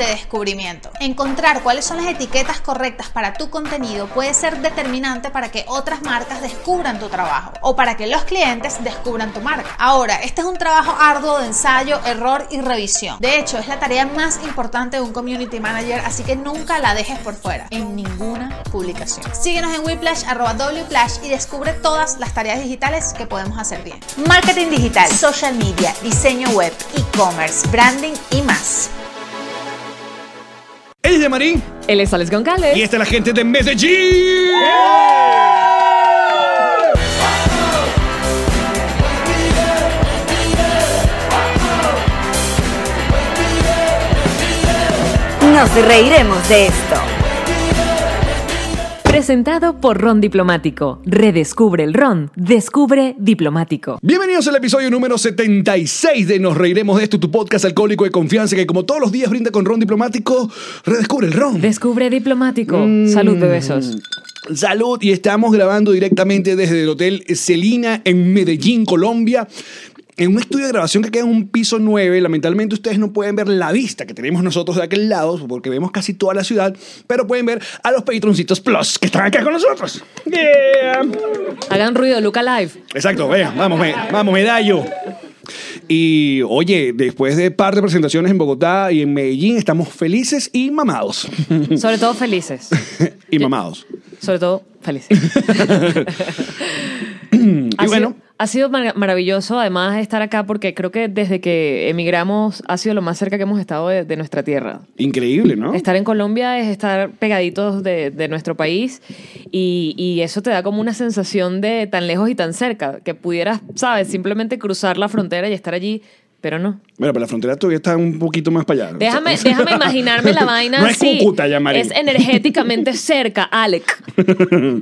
de descubrimiento. Encontrar cuáles son las etiquetas correctas para tu contenido puede ser determinante para que otras marcas descubran tu trabajo o para que los clientes descubran tu marca. Ahora, este es un trabajo arduo de ensayo, error y revisión. De hecho, es la tarea más importante de un community manager, así que nunca la dejes por fuera en ninguna publicación. Síguenos en Whiplash, arroba Wplash y descubre todas las tareas digitales que podemos hacer bien. Marketing digital, social media, diseño web, e-commerce, branding y más. Ella es de Marín Él es Alex Goncalves. y esta es la gente de Medellín. Nos reiremos de esto. Presentado por Ron Diplomático. Redescubre el Ron. Descubre Diplomático. Bienvenidos al episodio número 76 de Nos Reiremos de esto, tu podcast alcohólico de confianza que como todos los días brinda con ron diplomático, redescubre el ron. Descubre Diplomático. Mm. Salud de besos. Salud y estamos grabando directamente desde el Hotel Celina en Medellín, Colombia. En un estudio de grabación que queda en un piso 9, lamentablemente ustedes no pueden ver la vista que tenemos nosotros de aquel lado, porque vemos casi toda la ciudad, pero pueden ver a los Patroncitos Plus que están acá con nosotros. Yeah. Hagan ruido, Luca Live. Exacto, vean, vamos, me- vamos, medallo. Y oye, después de par de presentaciones en Bogotá y en Medellín, estamos felices y mamados. Sobre todo felices. y mamados. Sobre todo felices. y bueno, Sido, ha sido mar- maravilloso además estar acá porque creo que desde que emigramos ha sido lo más cerca que hemos estado de, de nuestra tierra. increíble, ¿no? Estar en Colombia es estar pegaditos de, de nuestro país y, y eso te da como una sensación de tan lejos y tan cerca, que pudieras, sabes, simplemente cruzar la frontera y estar allí, pero no. Bueno, pero la frontera todavía está un poquito más para allá. Déjame, déjame imaginarme la vaina No es así. Cúcuta ya, Marín. Es energéticamente cerca, Alec.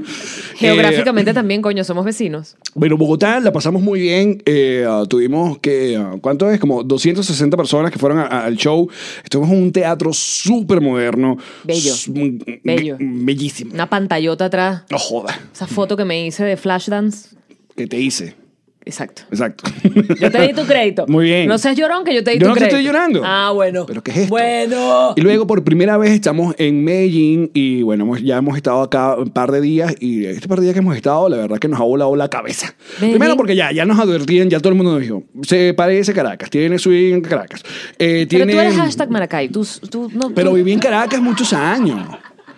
Eh, Geográficamente también, coño, somos vecinos. Bueno, Bogotá la pasamos muy bien. Eh, ah, tuvimos que, ah, ¿cuánto es? Como 260 personas que fueron a- a- al show. Estuvimos en un teatro súper moderno. Bello. S- mm, Bello. mm, Bellísimo. Una pantallota atrás. No joda, Esa foto que me hice de Flashdance. que te hice. Exacto. Exacto. Yo te di tu crédito. Muy bien. No seas llorón que yo te di Yo tu no te crédito. estoy llorando. Ah, bueno. ¿Pero qué es esto? Bueno. Y luego por primera vez estamos en Medellín y bueno, hemos- ya hemos estado acá un par de días y este par de días que hemos estado, la verdad es que nos ha volado la cabeza. Medellín. Primero porque ya, ya nos advertían, ya todo el mundo nos dijo, se parece Caracas, tiene su en Caracas. Eh, Pero tiene- tú eres hashtag Maracay. Tú, tú- no, Pero tú- viví en Caracas muchos años.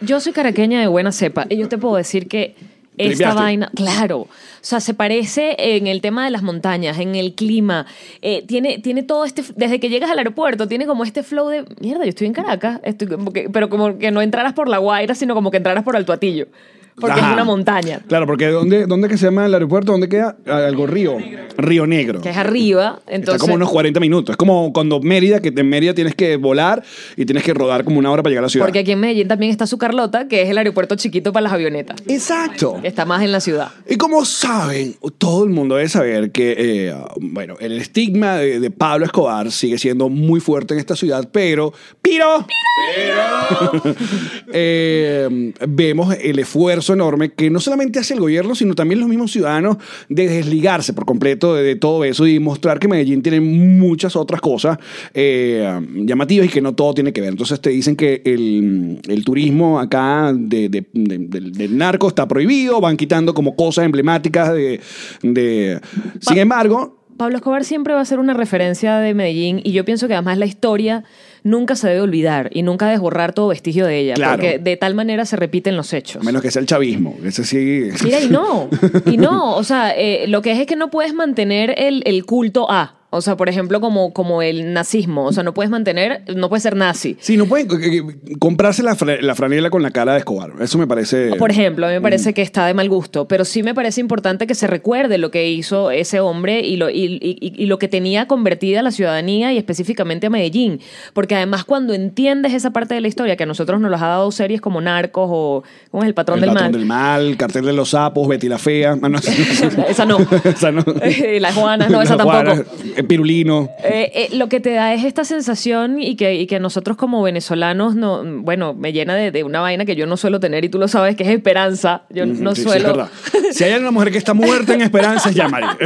Yo soy caraqueña de buena cepa y yo te puedo decir que esta Tripeaste. vaina, claro, o sea, se parece en el tema de las montañas, en el clima, eh, tiene, tiene todo este, desde que llegas al aeropuerto, tiene como este flow de, mierda, yo estoy en Caracas, estoy como que- pero como que no entraras por La Guaira, sino como que entraras por el Tuatillo, porque Ajá. es una montaña, Claro, porque ¿dónde, ¿dónde que se llama el aeropuerto? ¿Dónde queda? Algo Río. Río Negro. que es arriba, entonces... Está como unos 40 minutos. Es como cuando Mérida, que en Mérida tienes que volar y tienes que rodar como una hora para llegar a la ciudad. Porque aquí en Medellín también está su Carlota, que es el aeropuerto chiquito para las avionetas, Exacto. que está más en la ciudad. Y como saben, todo el mundo debe saber que, eh, bueno, el estigma de, de Pablo Escobar sigue siendo muy fuerte en esta ciudad, pero ¡Piro! Eh, vemos el esfuerzo enorme que no solamente hace el gobierno, sino también los mismos ciudadanos de desligarse por completo de, de todo eso y mostrar que Medellín tiene muchas otras cosas eh, llamativas y que no todo tiene que ver. Entonces te dicen que el, el turismo acá de- de- de- del, del narco está prohibido, van quitando como cosas emblemáticas de... de- Sin embargo... Pablo Escobar siempre va a ser una referencia de Medellín y yo pienso que además la historia nunca se debe olvidar y nunca desborrar todo vestigio de ella, Claro. porque de tal manera se repiten los hechos. A menos que sea el chavismo. Ese sí. Mira, y no, y no, o sea, eh, lo que es es que no puedes mantener el, el culto a. O sea, por ejemplo, como, como el nazismo. O sea, no puedes mantener, no puedes ser nazi. Sí, no pueden eh, eh, comprarse la, fra- la franela con la cara de Escobar. Eso me parece. Por ejemplo, a mí me mm. parece que está de mal gusto, pero sí me parece importante que se recuerde lo que hizo ese hombre y lo, y, y- y lo que tenía convertida la ciudadanía y específicamente a Medellín. Porque además cuando entiendes esa parte de la historia, que a nosotros nos los ha dado series como Narcos o ¿cómo es? El Patrón, El del, patrón Mal. del mal, cartel de los sapos, Betty la fea. Ah, no, Esa no. Eh, Esa no. La Juana, no, esa La tampoco. Juana, eh, Pirulino. Eh, eh, lo que te da es esta sensación y que, y que nosotros como venezolanos, no, mm, bueno, me llena de, de una vaina que yo no suelo tener y tú lo sabes, que es esperanza. Yo no Mm, Sí, sí, es suelo... verdad. si hay una mujer que está muerta en esperanza, es ya María.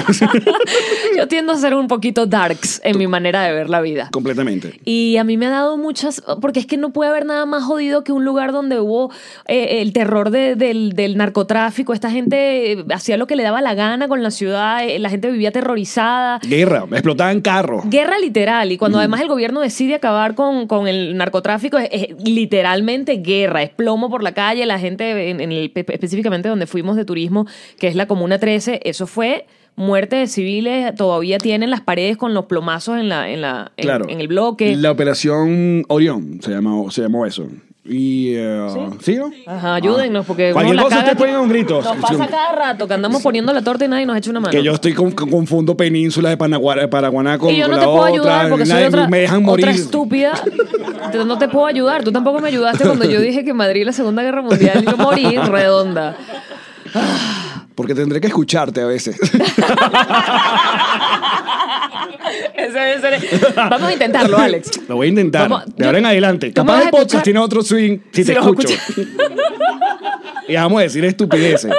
Yo tiendo a ser un poquito darks en mi manera de ver la vida. Completamente. Y a mí me ha dado muchas, porque es que no puede haber nada más jodido que un lugar donde hubo eh, el terror de- del, del narcotráfico, esta gente eh, hacía lo que le daba la gana con la ciudad, eh, la gente vivía aterrorizada. Guerra, explotaban carros. Guerra literal, y cuando además el gobierno decide acabar con, con el narcotráfico, es, es literalmente guerra, es plomo por la calle, la gente, en, en el, específicamente donde fuimos de turismo, que es la Comuna 13, eso fue muerte de civiles, todavía tienen las paredes con los plomazos en, la, en, la, en, claro. en el bloque. La operación Orión se llamó, se llamó eso. Y, eh, ¿Sí? no? Ajá, ayúdennos, porque uno Cualquier la cosa caga- ustedes ponen un grito. Nos pasa cada rato que andamos poniendo la torta y nadie nos echa una mano. Que yo estoy con- con- confundo penínsulas de Panaguara- Paraguaná con, y yo con no la te puedo otra. ayudar porque soy nadie- otra, me dejan morir. otra estúpida. Yo No te puedo ayudar. Tú tampoco me ayudaste cuando yo dije que en Madrid la Segunda Guerra Mundial yo morí redonda. Porque tendré que escucharte a veces. Ese- ese- Vamos a intentarlo, Alex. Lo voy a intentar. Vamos, de yo- ahora en adelante. tú me Capaz vas el a podcast escuchar- tiene otro swing si Sí, te lo vas a escucho. y vamos a decir estupideces.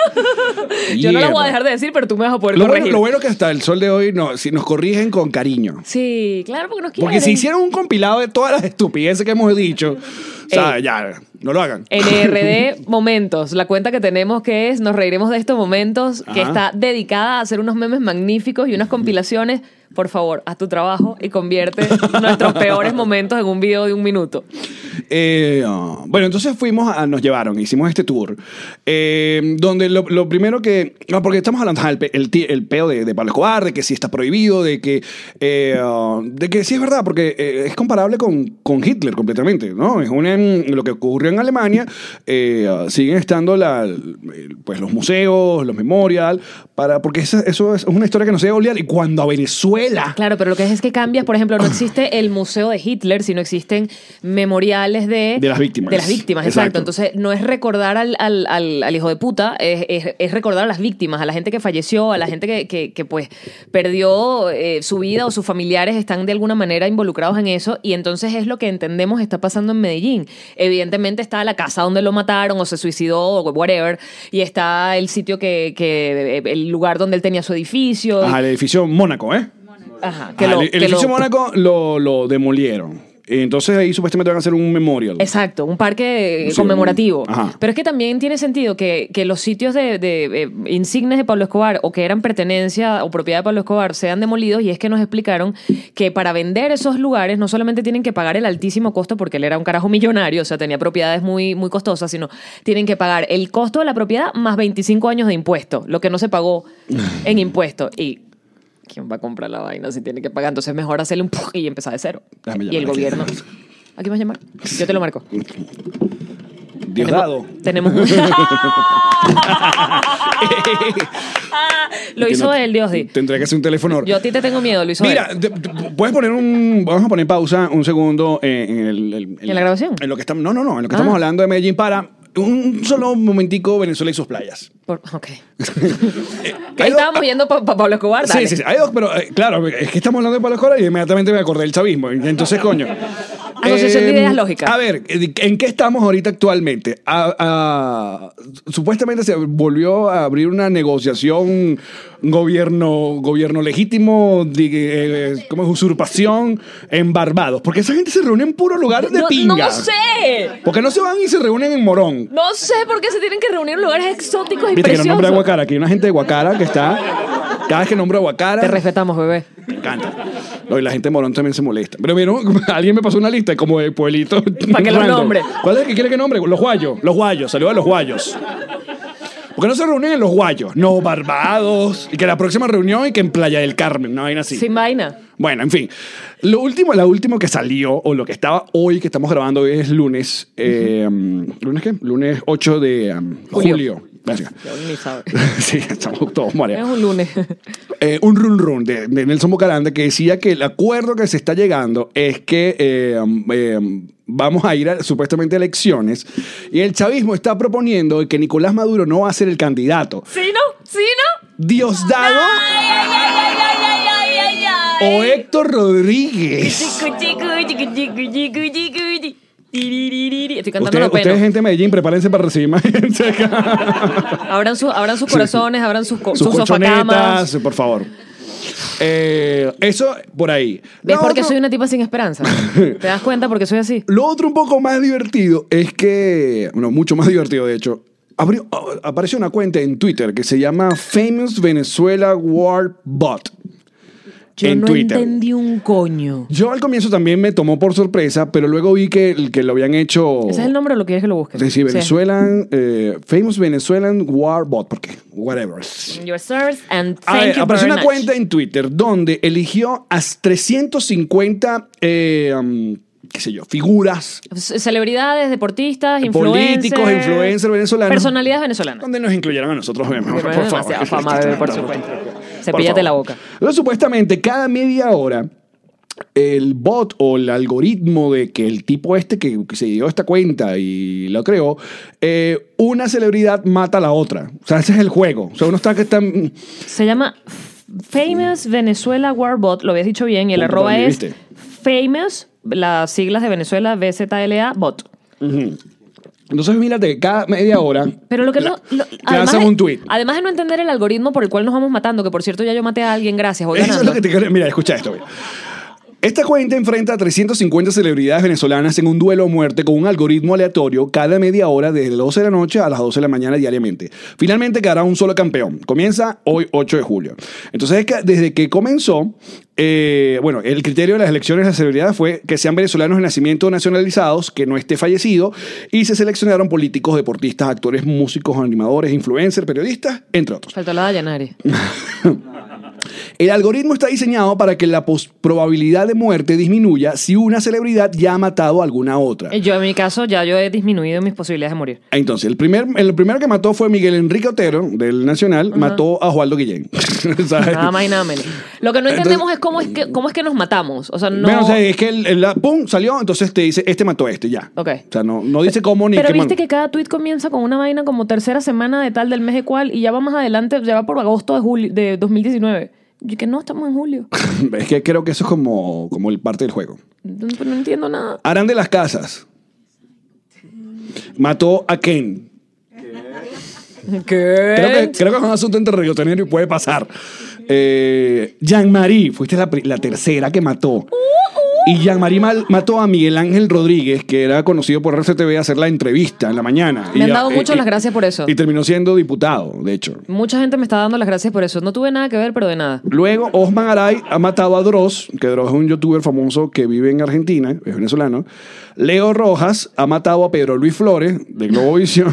Yo no lo voy Mierda. a dejar de decir, pero tú me vas a poder Lo bueno, corregir. lo bueno que hasta el sol de hoy no, si nos corrigen con cariño. Sí, claro, porque nos quieren. Porque si hicieran un compilado de todas las estupideces que hemos dicho, o sea, Ey. ya, no lo hagan. NRD Momentos, la cuenta que tenemos que es Nos Reiremos de estos Momentos, que Ajá. está dedicada a hacer unos memes magníficos y unas compilaciones. Por favor, haz tu trabajo y convierte nuestros peores momentos en un video de un minuto. Eh, ah, bueno, entonces fuimos, a, nos llevaron, hicimos este tour, eh, donde lo, lo primero que, no, porque estamos hablando ajá, el, pe- el, ti- el peo de, de Pablo Escobar, de que sí está prohibido, de que, eh, ah, de que sí es verdad, porque eh, es comparable con, con Hitler completamente, ¿no? Es una, en lo que ocurrió en Alemania, eh, ah, siguen estando la, el- pues los museos, los memorial, para, porque esa- eso es una historia que no se debe olvidar, y cuando a Venezuela... Claro, pero lo que es es que cambias, por ejemplo, no existe el museo de Hitler, sino existen memoriales de... De las víctimas. De las víctimas, Exacto. exacto. Entonces, no es recordar al, al- al- al hijo de puta, es, es- es recordar a las víctimas, a la gente que falleció, a la gente que, que- que, pues, perdió eh, su vida o sus familiares están de alguna manera involucrados en eso. Y entonces es lo que entendemos está pasando en Medellín. Evidentemente está la casa donde lo mataron o se suicidó o whatever. Y está el sitio que... que- el lugar donde él tenía su edificio. Ajá, el edificio Mónaco, ¿eh? Ajá, que Ah, lo- el, el que lo- edificio Mónaco lo, lo demolieron. Entonces ahí supuestamente van a hacer un memorial. Exacto, un parque eh, Sí, conmemorativo. un- ajá. Pero es que también tiene sentido que, que los sitios de, de, eh, insignes de Pablo Escobar o que eran pertenencia o propiedad de Pablo Escobar sean demolidos y es que nos explicaron que para vender esos lugares no solamente tienen que pagar el altísimo costo porque él era un carajo millonario, o sea, tenía propiedades muy, muy costosas, sino tienen que pagar el costo de la propiedad más 25 años de impuestos, lo que no se pagó en impuestos. Y ¿quién va a comprar la vaina si tiene que pagar? Entonces mejor hacerle un ¡puf! y empezar de cero. Déjame Y el llamar aquí. gobierno... ¿A quién vas a llamar? Yo te lo marco. Diosdado. Tenemos un... lo Que Ah, hizo no- él, Dios di. Tendría que ser un teléfono. Yo a ti te tengo miedo, lo hizo Mira, él. te- te- puedes poner un. Vamos a poner pausa un segundo eh, en, el, el- el- ¿En la grabación? En lo que estamos. No, no, no. En lo que Ah. estamos hablando de Medellín para un solo momentico Venezuela y sus playas. Por- ok. Que Hay dos- estábamos yendo para Pablo Escobar, Ah, dale. Sí, sí, sí. Hay dos, pero eh, claro, es que estamos hablando de Pablo Escobar y inmediatamente me acordé del chavismo. Entonces, coño. Eh, Asociación de ideas lógicas. A ver, ¿en qué estamos ahorita actualmente? A- a- supuestamente se volvió a abrir una negociación gobierno, gobierno legítimo, di- eh, ¿cómo es? Usurpación en Barbados. Porque esa gente se reúne en puro lugar de no, pinga. no sé. Porque no se van y se reúnen en Morón. No sé por qué se tienen que reunir en lugares exóticos y Viste que no nombré a preciosos. Guacara. Aquí hay una gente de Guacara que está. Cada vez que nombro a Guacara. Te respetamos, bebé. Me encanta. No, y la gente de Morón también se molesta. Pero vieron, alguien me pasó una lista como de pueblito. que lo random. nombre. ¿Cuál es el que quiere que nombre? Los guayos. Los guayos. Saludos a los guayos. ¿Por qué no se reúnen en Los Guayos? No, Barbados. Y que la próxima reunión y que en Playa del Carmen, una vaina así. Sin vaina. Bueno, en fin. Lo último, la último que salió, o lo que estaba hoy, que estamos grabando hoy es lunes. eh, ¿Lunes qué? Lunes 8 de um, julio. Julio. Gracias. Ya uno ni sabe. sí, estamos todos Es mareados. un lunes. Eh, un run run de, de Nelson Bocaranda que decía que el acuerdo que se está llegando es que eh, um, eh, vamos a ir a, supuestamente a elecciones y el chavismo está proponiendo que Nicolás Maduro no va a ser el candidato. ¿Sí no? ¿Sí no? Diosdado o Héctor Rodríguez. Chicu, chicu, chicu, chicu, chicu, chicu, chicu. Tiririri. Estoy cantando Ustedes, lo ustedes, pena. gente de Medellín, prepárense para recibir más gente acá. Abran, su- abran sus corazones, abran sus, co- Sus sus sofacamas. colchonetas, por favor. Eh, eso por ahí. ¿Ves Lo por qué otro- soy una tipa sin esperanza? ¿Te das cuenta porque soy así? Lo otro un poco más divertido es que, bueno, mucho más divertido de hecho, abrió, a- apareció una cuenta en Twitter que se llama Famous Venezuela War Bot. Yo en no Twitter. entendí un coño. Yo al comienzo también me tomó por sorpresa, pero luego vi que, que lo habían hecho... ¿Ese es el nombre o lo quieres que lo busque? Sí, sí, Venezuelan, eh, Famous Venezuelan War Bot, porque whatever. Your service and A thank ver, you apareció very una much. cuenta en Twitter donde eligió a 350, eh, um, qué sé yo, figuras C- Celebridades, deportistas, influencers. políticos, influencers venezolanos. Personalidades venezolanas. Donde nos incluyeron a nosotros mismos, Pero por es favor. demasiada fama, bebé, por supuesto. Cepíllate la boca. Luego, supuestamente, cada media hora, el bot o el algoritmo de que el tipo este que, que se dio esta cuenta y lo creó, eh, una celebridad mata a la otra. O sea, ese es el juego. O sea, uno está que está... Se llama Famous Venezuela Warbot, lo habías dicho bien, y el Punto arroba com, es ¿viste? Famous, las siglas de Venezuela, BZLA, bot. Entonces, mírate, que cada media hora... Pero lo que la- no. lo- te además, lanzan de, un tweet. además de no entender el algoritmo por el cual nos vamos matando, que por cierto ya yo maté a alguien, gracias. Voy Eso es ganando. lo que te quiero- Mira, escucha esto. mira. Esta cuenta enfrenta a 350 celebridades venezolanas en un duelo a muerte con un algoritmo aleatorio cada media hora desde las 12 de la noche a las 12 de la mañana diariamente. Finalmente quedará un solo campeón. Comienza hoy 8 de julio. Entonces, es que desde que comenzó, eh, bueno, el criterio de las elecciones de la celebridad fue que sean venezolanos de nacimiento o nacionalizados, que no esté fallecido, y se seleccionaron políticos, deportistas, actores, músicos, animadores, influencers, periodistas, entre otros. Faltó la Dayanari. El algoritmo está diseñado para que la pos- probabilidad de muerte disminuya si una celebridad ya ha matado a alguna otra. Eh, Yo, en mi caso, ya yo he disminuido mis posibilidades de morir. Entonces, el, primer, el primero que mató fue Miguel Enrique Otero, del Nacional, mató a Juan Guillén. ¿Sabes? Nada más y nada menos. Lo que no entendemos es cómo es que, cómo es que nos matamos. O sea, no. Bueno, o sea, es que el, el- la- pum, salió, entonces te dice, este mató a este, ya. Ok. O sea, no, no dice cómo ni Pero qué viste man- que cada tweet comienza con una vaina como tercera semana de tal del mes de cual y ya va más adelante, ya va por agosto de julio de 2019. Yo que no, estamos en julio. Es que creo que eso es como, como el parte del juego. No, pues no entiendo nada. Arán de las Casas mató a Ken. Creo que, creo que es un asunto entre reggaetonero y puede pasar. Eh, Jean-Marie, fuiste la, pri- la tercera que Uh, mató. Y Jean-Marie mal- mató a Miguel Ángel Rodríguez, que era conocido por RCTV hacer la entrevista en la mañana. Me Y han ya- dado eh, mucho y- las gracias por eso. Y terminó siendo diputado, de hecho. Mucha gente me está dando las gracias por eso. No tuve nada que ver, pero de nada. Luego, Osman Aray ha matado a Dross, que Dross es un youtuber famoso que vive en Argentina, es venezolano. Leo Rojas ha matado a Pedro Luis Flores, de Globovisión.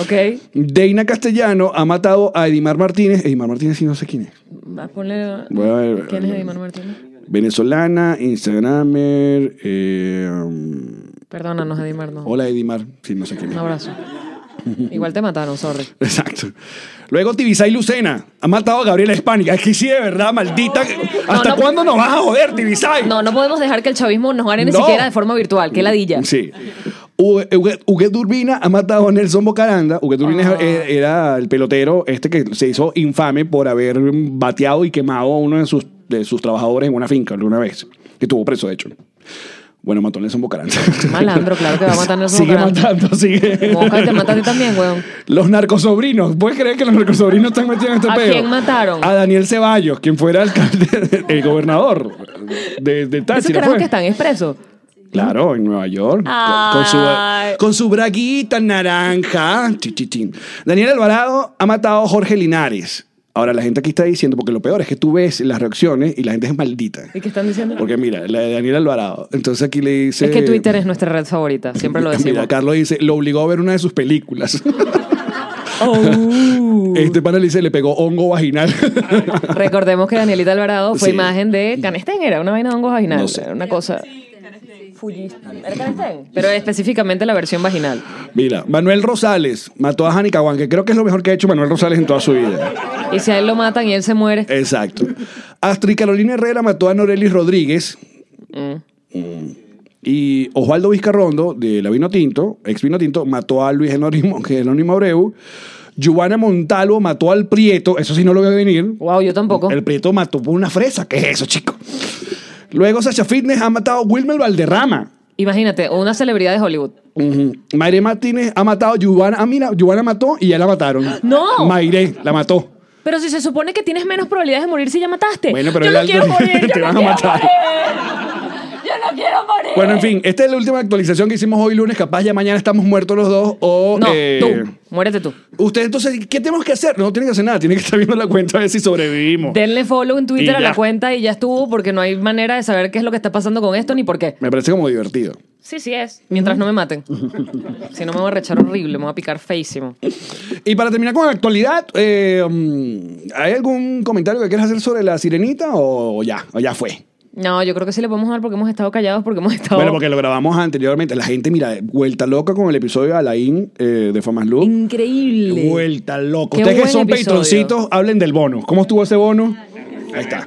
Ok. Deina Castellano ha matado a Edimar Martínez. Edimar Martínez, sí, no sé quién es. Va, Ponle. Voy a ver. ¿Quién es Edimar Martínez? Venezolana, Instagramer. eh, um, Perdónanos, Edimar. No. hola Edimar. Sí, no sé quién Un es. abrazo. Igual te mataron, sorry. Exacto. Luego Tibisay Lucena. Ha matado a Gabriela Hispánica. Es que sí, de verdad, maldita. ¿Hasta no. cuándo nos vas a joder, Tibisay? No, no podemos dejar que el chavismo nos gane ni No. siquiera de forma virtual. Qué ladilla. Sí. Hugue- Hugue- Huguet Urbina ha matado a Nelson Bocaranda. Huguet Urbina Ah. era, e, era el pelotero este que se hizo infame por haber bateado y quemado a uno de sus, de sus trabajadores en una finca alguna vez, que estuvo preso, de hecho. Bueno, mató a Nelson Bocaranda. Malandro, claro que va a matar a Nelson sigue Bocaranda. matando, sigue. Moca, te mata a ti también, weón. Los narcosobrinos. ¿Puedes creer que los narcosobrinos están metidos en este ¿A pedo? quién mataron? A Daniel Ceballos, quien fuera alcalde, el gobernador de, de Táchira. pues. Esos carajos fue. que están expresos. Claro, en Nueva York. con- Con su, Ay. con su braguita naranja. Chi, chi, chin. Daniel Alvarado ha matado a Jorge Linares. Ahora, la gente aquí está diciendo, porque lo peor es que tú ves las reacciones y la gente es maldita. ¿Y qué están diciendo? Porque mira, la de Daniel Alvarado. Entonces aquí le dice. Es que Twitter es nuestra red favorita, siempre lo Mira, decimos. Carlos dice, lo obligó a ver una de sus películas. Oh. Uh. Este pana le dice, le pegó hongo vaginal. Recordemos que Danielita Alvarado fue Sí. imagen de Canestén, era una vaina de hongos vaginal, No sé. era una cosa... Fuji- ¿Era Canestén? Pero específicamente la versión vaginal. Mira, Manuel Rosales mató a Hanny Caguán, que creo que es lo mejor que ha hecho Manuel Rosales en toda su vida. Y si a él lo matan y él se muere, Eh, Exacto. Astrid Carolina Herrera mató a Noreli Rodríguez. Mm. Y Osvaldo Vizcarrondo, de la Vino Tinto, ex Vino Tinto, mató a Luis Genónimo, Genónimo Abreu. Giovanna Montalvo mató al Prieto, eso sí no lo voy a venir. wow, yo tampoco. El Prieto mató por una fresa, ¿qué es eso, chico? Luego Sasha Fitness ha matado a Wilmer Valderrama. Imagínate, una celebridad de Hollywood. Ujú. Mayre Martínez ha matado a Giovanna. Ah, mira, Giovanna mató y ya la mataron. ¡No! Mayre la mató. Pero si se supone que tienes menos probabilidades de morir si ya mataste. Bueno, pero Este, yo el no alto- quiero morir, yo te no van a quiero matar. morir. Yo no quiero morir. Bueno, en fin, esta es la última actualización que hicimos hoy lunes. Capaz ya mañana estamos muertos los dos o... No, eh, tú, muérete tú. Ustedes entonces, ¿qué tenemos que hacer? No tienen que hacer nada, tienen que estar viendo la cuenta a ver si sobrevivimos. Denle follow en Twitter oh. Y a ya. la cuenta y ya estuvo porque no hay manera de saber qué es lo que está pasando con esto ni por qué. Me parece como divertido. Sí, sí es. Mientras no me maten. si no me voy a rechar horrible, me voy a picar feísimo. Y para terminar con la actualidad, eh, mm, ¿hay algún comentario que quieras hacer sobre la sirenita o ya? O ya fue. No, yo creo que sí le podemos dar porque hemos estado callados, porque hemos estado... Bueno, porque lo grabamos anteriormente. La gente, mira, vuelta loca con el episodio de Alain eh, de Famas Luz. Increíble. Vuelta loca. Qué Ustedes que buen son episodio. patroncitos, hablen del bono. ¿Cómo estuvo ese bono? Ahí está.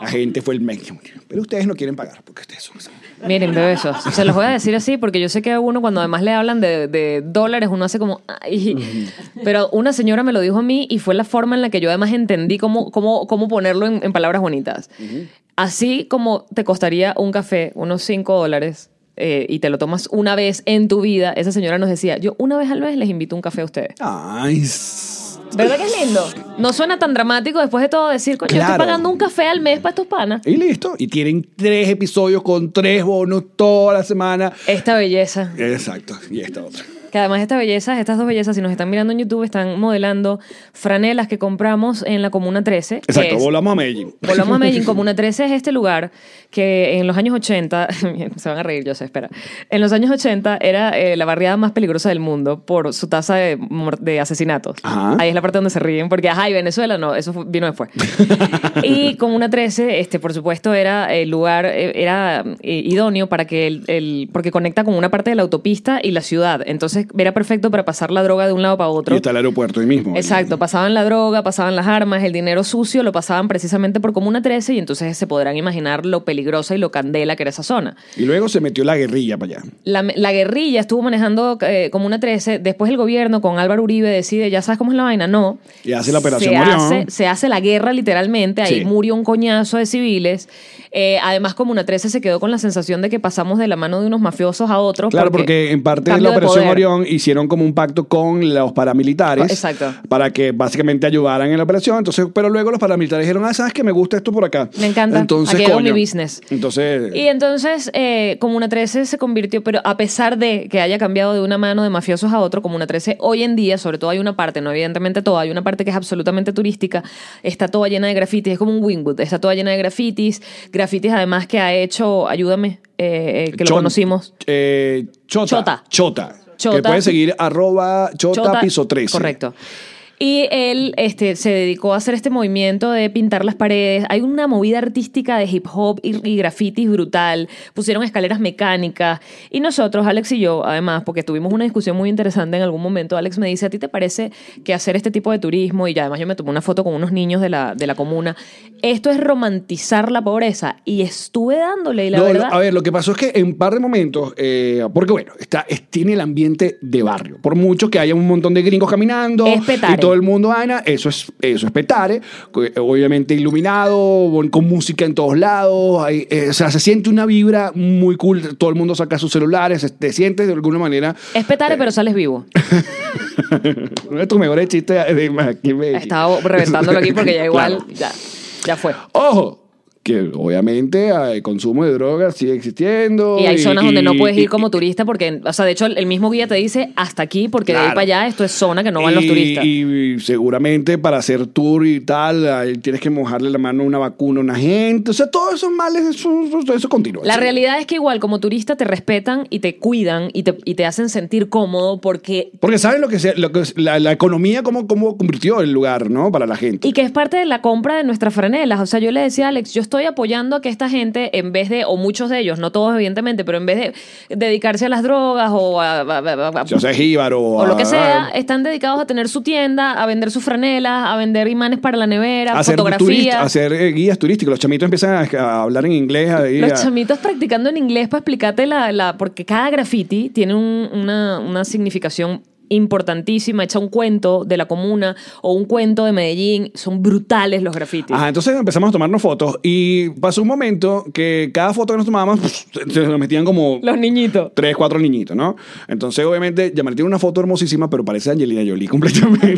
La gente fue el mes. Pero ustedes no quieren pagar porque ustedes son. Miren, bebesos, se los voy a decir así porque yo sé que a uno cuando además le hablan de, de dólares, uno hace como... Ay. Pero una señora me lo dijo a mí y fue la forma en la que yo además entendí cómo, cómo, cómo ponerlo en, en palabras bonitas. Así como te costaría un café unos 5 dólares eh, y te lo tomas una vez en tu vida, esa señora nos decía, yo una vez al mes les invito un café a ustedes. Ay. ¿Verdad que es lindo? No suena tan dramático después de todo decir, coño, Claro. Eh. estoy pagando un café al mes para estos panas. Y listo. Y tienen tres episodios con tres bonos toda la semana. Esta belleza. Exacto. Y esta otra. Que además estas bellezas, estas dos bellezas, si nos están mirando en YouTube, están modelando franelas que compramos en la Comuna 13. que Exacto. es- Volamos a Medellín. Volvamos a Medellín, Comuna 13 es este lugar que en los años 80, se van a reír, yo sé, espera. En los años 80 era eh, la barriada más peligrosa del mundo por su tasa de, mor- de asesinatos. Ajá. Ahí es la parte donde se ríen, porque, ajá, y Venezuela no, eso fue- vino después. y Comuna 13, este, por supuesto, era el lugar, eh, era eh, idóneo para que el, el- porque conecta con una parte de la autopista y la ciudad. Entonces era perfecto para pasar la droga de un lado para Y otro. está el aeropuerto ahí mismo. Exacto, pasaban la droga, pasaban las armas, el dinero sucio, lo pasaban precisamente por Comuna 13 y entonces se podrán imaginar lo peligrosa y lo candela que era esa zona. Y luego se metió la guerrilla para allá. La, la guerrilla estuvo manejando eh, Comuna 13, después el gobierno con Álvaro Uribe decide, ya sabes cómo es la vaina, no. Y hace la Operación se Orión. hace, se hace la guerra literalmente, ahí Sí. murió un coñazo de civiles. Eh, además Comuna 13 se quedó con la sensación de que pasamos de la mano de unos mafiosos a otros. Claro, porque, en parte de la cambio Operación poder. Orión hicieron como un pacto con los paramilitares. Exacto. Para que básicamente ayudaran en la operación. Entonces, pero luego los paramilitares dijeron, ah, ¿sabes que me gusta esto por acá? Me encanta. Entonces, Aquí hago coño. mi business. Entonces, Y entonces eh, Comuna 13 se convirtió, pero a pesar de que haya cambiado de una mano de mafiosos a otro, Comuna 13 hoy en día, sobre todo hay una parte, no evidentemente toda, hay una parte que es absolutamente turística, está toda llena de grafitis, es como un Wingwood, está toda llena de grafitis, grafitis además que ha hecho, ayúdame, eh, eh, que lo Chon- conocimos. eh, Chota. Chota. Chota. Que Chota. puedes seguir arroba chota, Chota, piso 13. Correcto. Y él este, se dedicó a hacer este movimiento de pintar las paredes. Hay una movida artística de hip hop y, y grafitis brutal. Pusieron escaleras mecánicas. Y nosotros, Alex y yo, además, porque tuvimos una discusión muy interesante en algún momento, Alex me dice, ¿a ti te parece que hacer este tipo de turismo? Y ya, además yo me tomé una foto con unos niños de la, de la comuna. Esto es romantizar la pobreza. Y estuve dándole, y la No, lo- verdad... a ver, lo que pasó es que en un par de momentos, eh, porque bueno, está, es- tiene el ambiente de barrio. Por mucho que haya un montón de gringos caminando Es petare. y todo el mundo Ana, eso es, eso es petare. Que, Obviamente iluminado, bon- con música en todos lados. hay- eh, o sea, se siente una vibra muy cool. Todo el mundo saca sus celulares, se- te sientes de alguna manera. es petare, pero sales vivo. Uno de tus mejores chistes. eh, de- aquí en Medellín. Estaba reventándolo aquí porque ya igual, Claro. ya, ya fue. Ojo, que obviamente hay consumo de drogas sigue existiendo. Y hay zonas donde no puedes y- ir como turista porque, o sea, de hecho, el el mismo guía te dice hasta aquí porque de ahí Claro. para allá esto es zona que no van los y- turistas. Y seguramente para hacer tour y tal, ahí tienes que mojarle la mano a una vacuna a una gente. O sea, todos esos males, eso, eso, eso continúa. La Sí. realidad es que igual como turista te respetan y te cuidan y te, y te hacen sentir cómodo porque... Porque saben lo que, se- lo que es- la, la economía, cómo, cómo convirtió el lugar, ¿no? Para la gente. Y que es parte de la compra de nuestras franelas. O sea, yo le decía a Alex, yo estoy apoyando a que esta gente, en vez de, o muchos de ellos, no todos evidentemente, pero en vez de dedicarse a las drogas o a... a- a- a- o sea, jíbaro. o lo que sea, eh, están dedicados a tener su tienda, a vender sus franelas, a vender imanes para la nevera, hacer, turist- fotografías. hacer eh, guías turísticos. Los chamitos empiezan a, a hablar en inglés. ahí, Los a- chamitos practicando en inglés para explicarte la, la- Porque cada graffiti tiene un- una, una significación importantísima. Echa un cuento de la comuna o un cuento de Medellín. Son brutales los grafitis. Ajá, entonces empezamos a tomarnos fotos y pasó un momento que cada foto que nos tomábamos pues, se, se nos metían como Los niñitos. tres, cuatro niñitos, ¿no? Entonces, obviamente, Yamal tiene una foto hermosísima, pero parece Angelina Jolie completamente.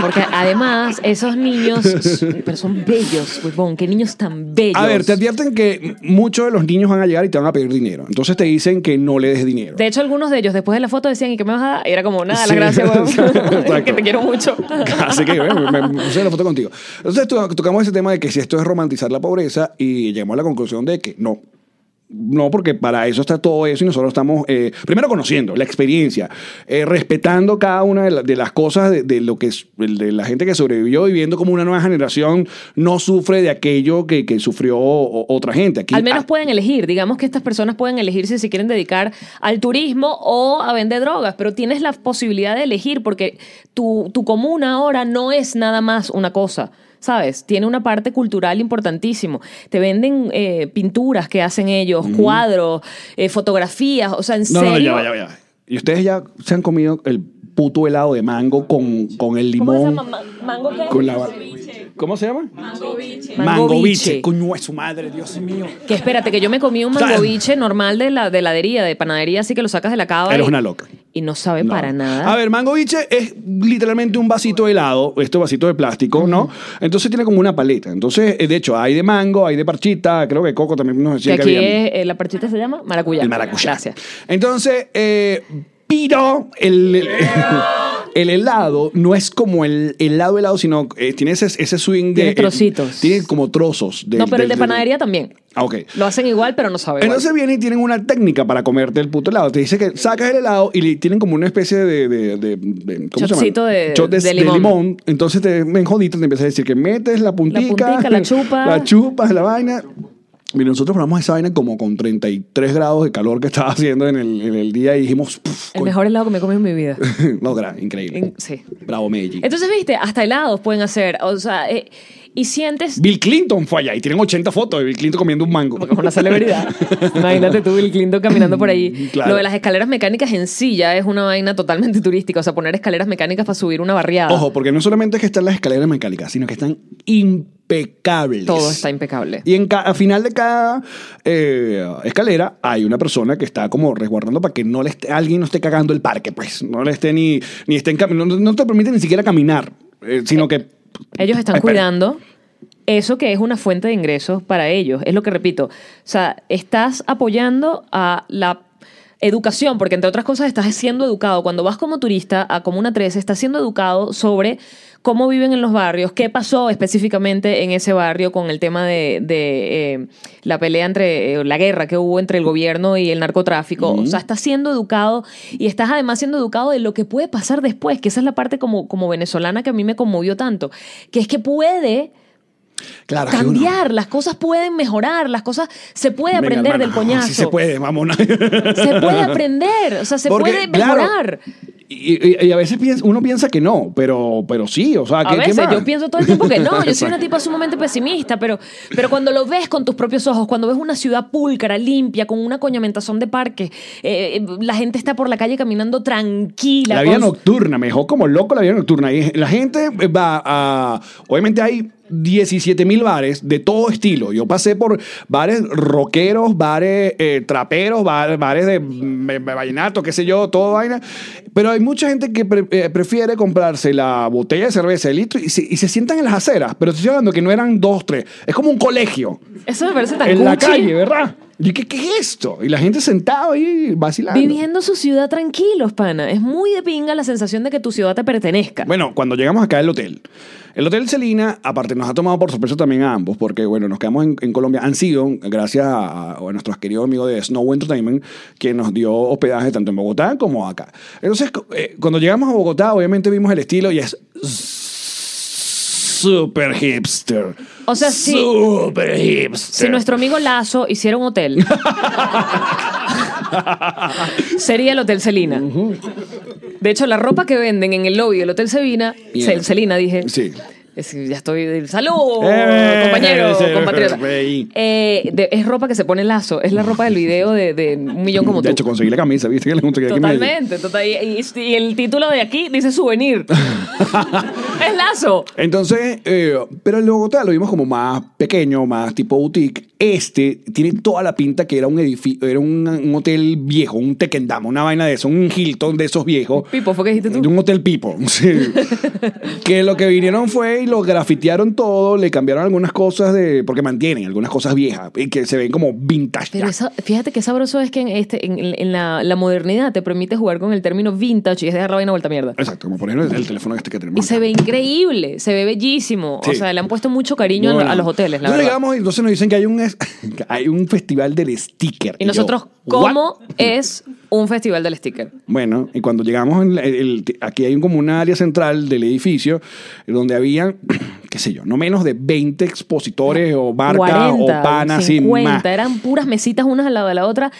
Porque además, esos niños. son- Pero son bellos, huevón. Qué niños tan bellos. A ver, te advierten que muchos de los niños van a llegar y te van a pedir dinero. Entonces te dicen que no le des dinero. de hecho, algunos de ellos después de la foto decían, ¿y qué me vas a dar? Y era como, nada, Sí, las gracias, huevón. exacto. que te quiero mucho. Así que, bueno, me, me puse la foto contigo. Entonces to- tocamos ese tema de que si esto es romantizar la pobreza y llegamos a la conclusión de que no. No, porque para eso está todo eso y nosotros estamos, eh, primero conociendo la experiencia, eh, respetando cada una de, la- de las cosas de, de lo que es- de la gente que sobrevivió y viendo como una nueva generación no sufre de aquello que, que sufrió o- otra gente. Aquí, Al menos ah, pueden elegir, digamos que estas personas pueden elegir si se quieren dedicar al turismo o a vender drogas, pero tienes la posibilidad de elegir porque tu, tu comuna ahora no es nada más una cosa. ¿Sabes? Tiene una parte cultural importantísimo. Te venden eh, pinturas que hacen ellos, cuadros, eh, fotografías. O sea, en no, serio. no, no, ya, va, ya, va, ya. va. Y ustedes ya se han comido el puto helado de mango con, con el ¿Cómo se limón. llama? Ma- ¿Mango qué? Con la- ¿Cómo se llama? Mangoviche. Coño, es su madre, Dios mío. Que espérate, que yo me comí un O sea, mangoviche normal de la de heladería, de panadería, así que lo sacas de la cava. Eres y- una loca. Y no sabe para No. nada. A ver, mangoviche es literalmente un vasito de helado, este vasito de plástico, ¿no? Entonces tiene como una paleta. Entonces, eh, de hecho, hay de mango, hay de parchita, creo que coco también nos Que decía que, aquí había. es, eh, la partita se llama maracuyá. El maracuyá. Gracias. Entonces, eh, pero el, el helado no es como el helado helado, sino eh, tiene ese, ese swing de... eh, Tiene trocitos. tiene como trozos. del- no, pero el de del- panadería también. Ah, ok. Lo hacen igual, pero no sabe. igual. Entonces vienen y tienen una técnica para comerte el puto helado. Te dice que sacas el helado y le tienen como una especie de. de, de- de- ¿Cómo Shotcito se llama? de- Shot de limón. Entonces te ven jodito, te empiezas a decir que metes la puntica. puntica, la chupas. La chupas, la vaina. Mira, nosotros probamos esa vaina como con 33 grados de calor que estaba haciendo en el, en el día y dijimos. "Puf, el coño". mejor helado que me he comido en mi vida. no, gra- increíble. En- sí. Bravo, Medellín. Entonces, viste, hasta helados pueden hacer. O sea, eh, y sientes. Bill Clinton fue allá y tienen 80 fotos de Bill Clinton comiendo un mango. Como una celebridad. Imagínate tú, Bill Clinton, caminando por ahí. Mm, Claro. Lo de las escaleras mecánicas en sí ya es una vaina totalmente turística. O sea, poner escaleras mecánicas para subir una barriada. Ojo, porque no solamente es que están las escaleras mecánicas, sino que están impecables. Todo está impecable. Y en ca- a final de cada eh, escalera hay una persona que está como resguardando para que no le esté- alguien no esté cagando el parque, pues. No le esté ni, ni esté en cam- no, no te permite ni siquiera caminar, eh, sino que. Ellos están Espera. cuidando eso que es una fuente de ingresos para ellos. Es lo que repito. O sea, estás apoyando a la educación, porque entre otras cosas estás siendo educado. Cuando vas como turista a Comuna 13, estás siendo educado sobre cómo viven en los barrios, qué pasó específicamente en ese barrio con el tema de, de, eh, la pelea entre, eh, la guerra que hubo entre el gobierno y el narcotráfico. O sea, estás siendo educado y estás además siendo educado de lo que puede pasar después, que esa es la parte como, como venezolana que a mí me conmovió tanto, que es que puede Claro, que uno- cambiar, las cosas pueden mejorar, las cosas se puede Venga, aprender hermano, del coñazo. Sí se puede, mamona. Se puede aprender, o sea, se Porque, puede claro, mejorar. y, y- y a veces piensa- uno piensa que no, pero, pero sí, o sea, A ¿qué, qué veces más? yo pienso todo el tiempo que no, yo soy una Exacto. tipa sumamente pesimista, pero, pero cuando lo ves con tus propios ojos, cuando ves una ciudad pulcra, limpia, con una coñamentación de parques, eh, la gente está por la calle caminando tranquila. La vida con- nocturna, mejor como loco la vida nocturna. Y la gente va a. Obviamente hay 17 mil bares de todo estilo. Yo pasé por bares rockeros, bares eh, traperos, bar- bares de mm, eh, vallenato, qué sé yo, todo vaina. Pero hay mucha gente que pre- eh, prefiere comprarse la botella de cerveza de litro y se, y se sientan en las aceras. Pero estoy hablando que no eran dos, tres. Es como un colegio Eso me parece tan en la cuchi. calle, ¿verdad? Y ¿qué, ¿qué es esto? Y la gente sentada ahí vacilando. Viviendo su ciudad tranquilos, pana. Es muy de pinga la sensación de que tu ciudad te pertenezca. Bueno, cuando llegamos acá al hotel. El Hotel Celina, aparte, nos ha tomado por sorpresa también a ambos, porque, bueno, nos quedamos en, en Colombia. Han sido, gracias a, a nuestros queridos amigos de Snow Entertainment, que nos dio hospedaje tanto en Bogotá como acá. Entonces, co- eh, cuando llegamos a Bogotá, obviamente vimos el estilo y es super hipster. O sea, sí. Super hipster. si nuestro amigo Lazo hiciera un hotel, sería el Hotel Celina. De hecho, la ropa que venden en el lobby del Hotel Celina, Mierda. Cel- Celina dije. Sí. Es que ya estoy del salud, Eh, compañero, sí, compatriota. güey. Eh, de- es ropa que se pone lazo, es la ropa del video de, de un millón como de tú. hecho, conseguí la camisa, ¿viste? Que la conseguí aquí en Medellín. Totalmente, total. Y, y- y el título de aquí dice souvenir. es lazo. Entonces, eh, pero el de Bogotá lo vimos como más pequeño, más tipo boutique. Este tiene toda la pinta que era un edificio, era un, un hotel viejo, un Tequendama, una vaina de eso, un Hilton de esos viejos. Pipo, ¿fue que dijiste tú? De un hotel Pipo. sí. que lo que vinieron fue y lo grafitearon todo, le cambiaron algunas cosas de. porque mantienen algunas cosas viejas y que se ven como vintage. Pero ya. esa- fíjate que sabroso es que en, este, en, en la, la modernidad te permite jugar con el término vintage y es dejar la vaina vuelta a mierda. Exacto, como por ejemplo el teléfono este que tenemos. Y se acá. ve increíble, se ve bellísimo. Sí. O sea, le han puesto mucho cariño a No, lo- no. a los hoteles, la Entonces verdad. llegamos y entonces nos dicen que hay un, es- que hay un festival del sticker. Y yo, nosotros, ¿what? ¿cómo es un festival del sticker? Bueno, y cuando llegamos, en la- el- el- aquí hay como un área central del edificio donde había, qué sé yo, no menos de 20 expositores o marcas o 40, panas sin 50, más. eran puras mesitas unas al lado de la otra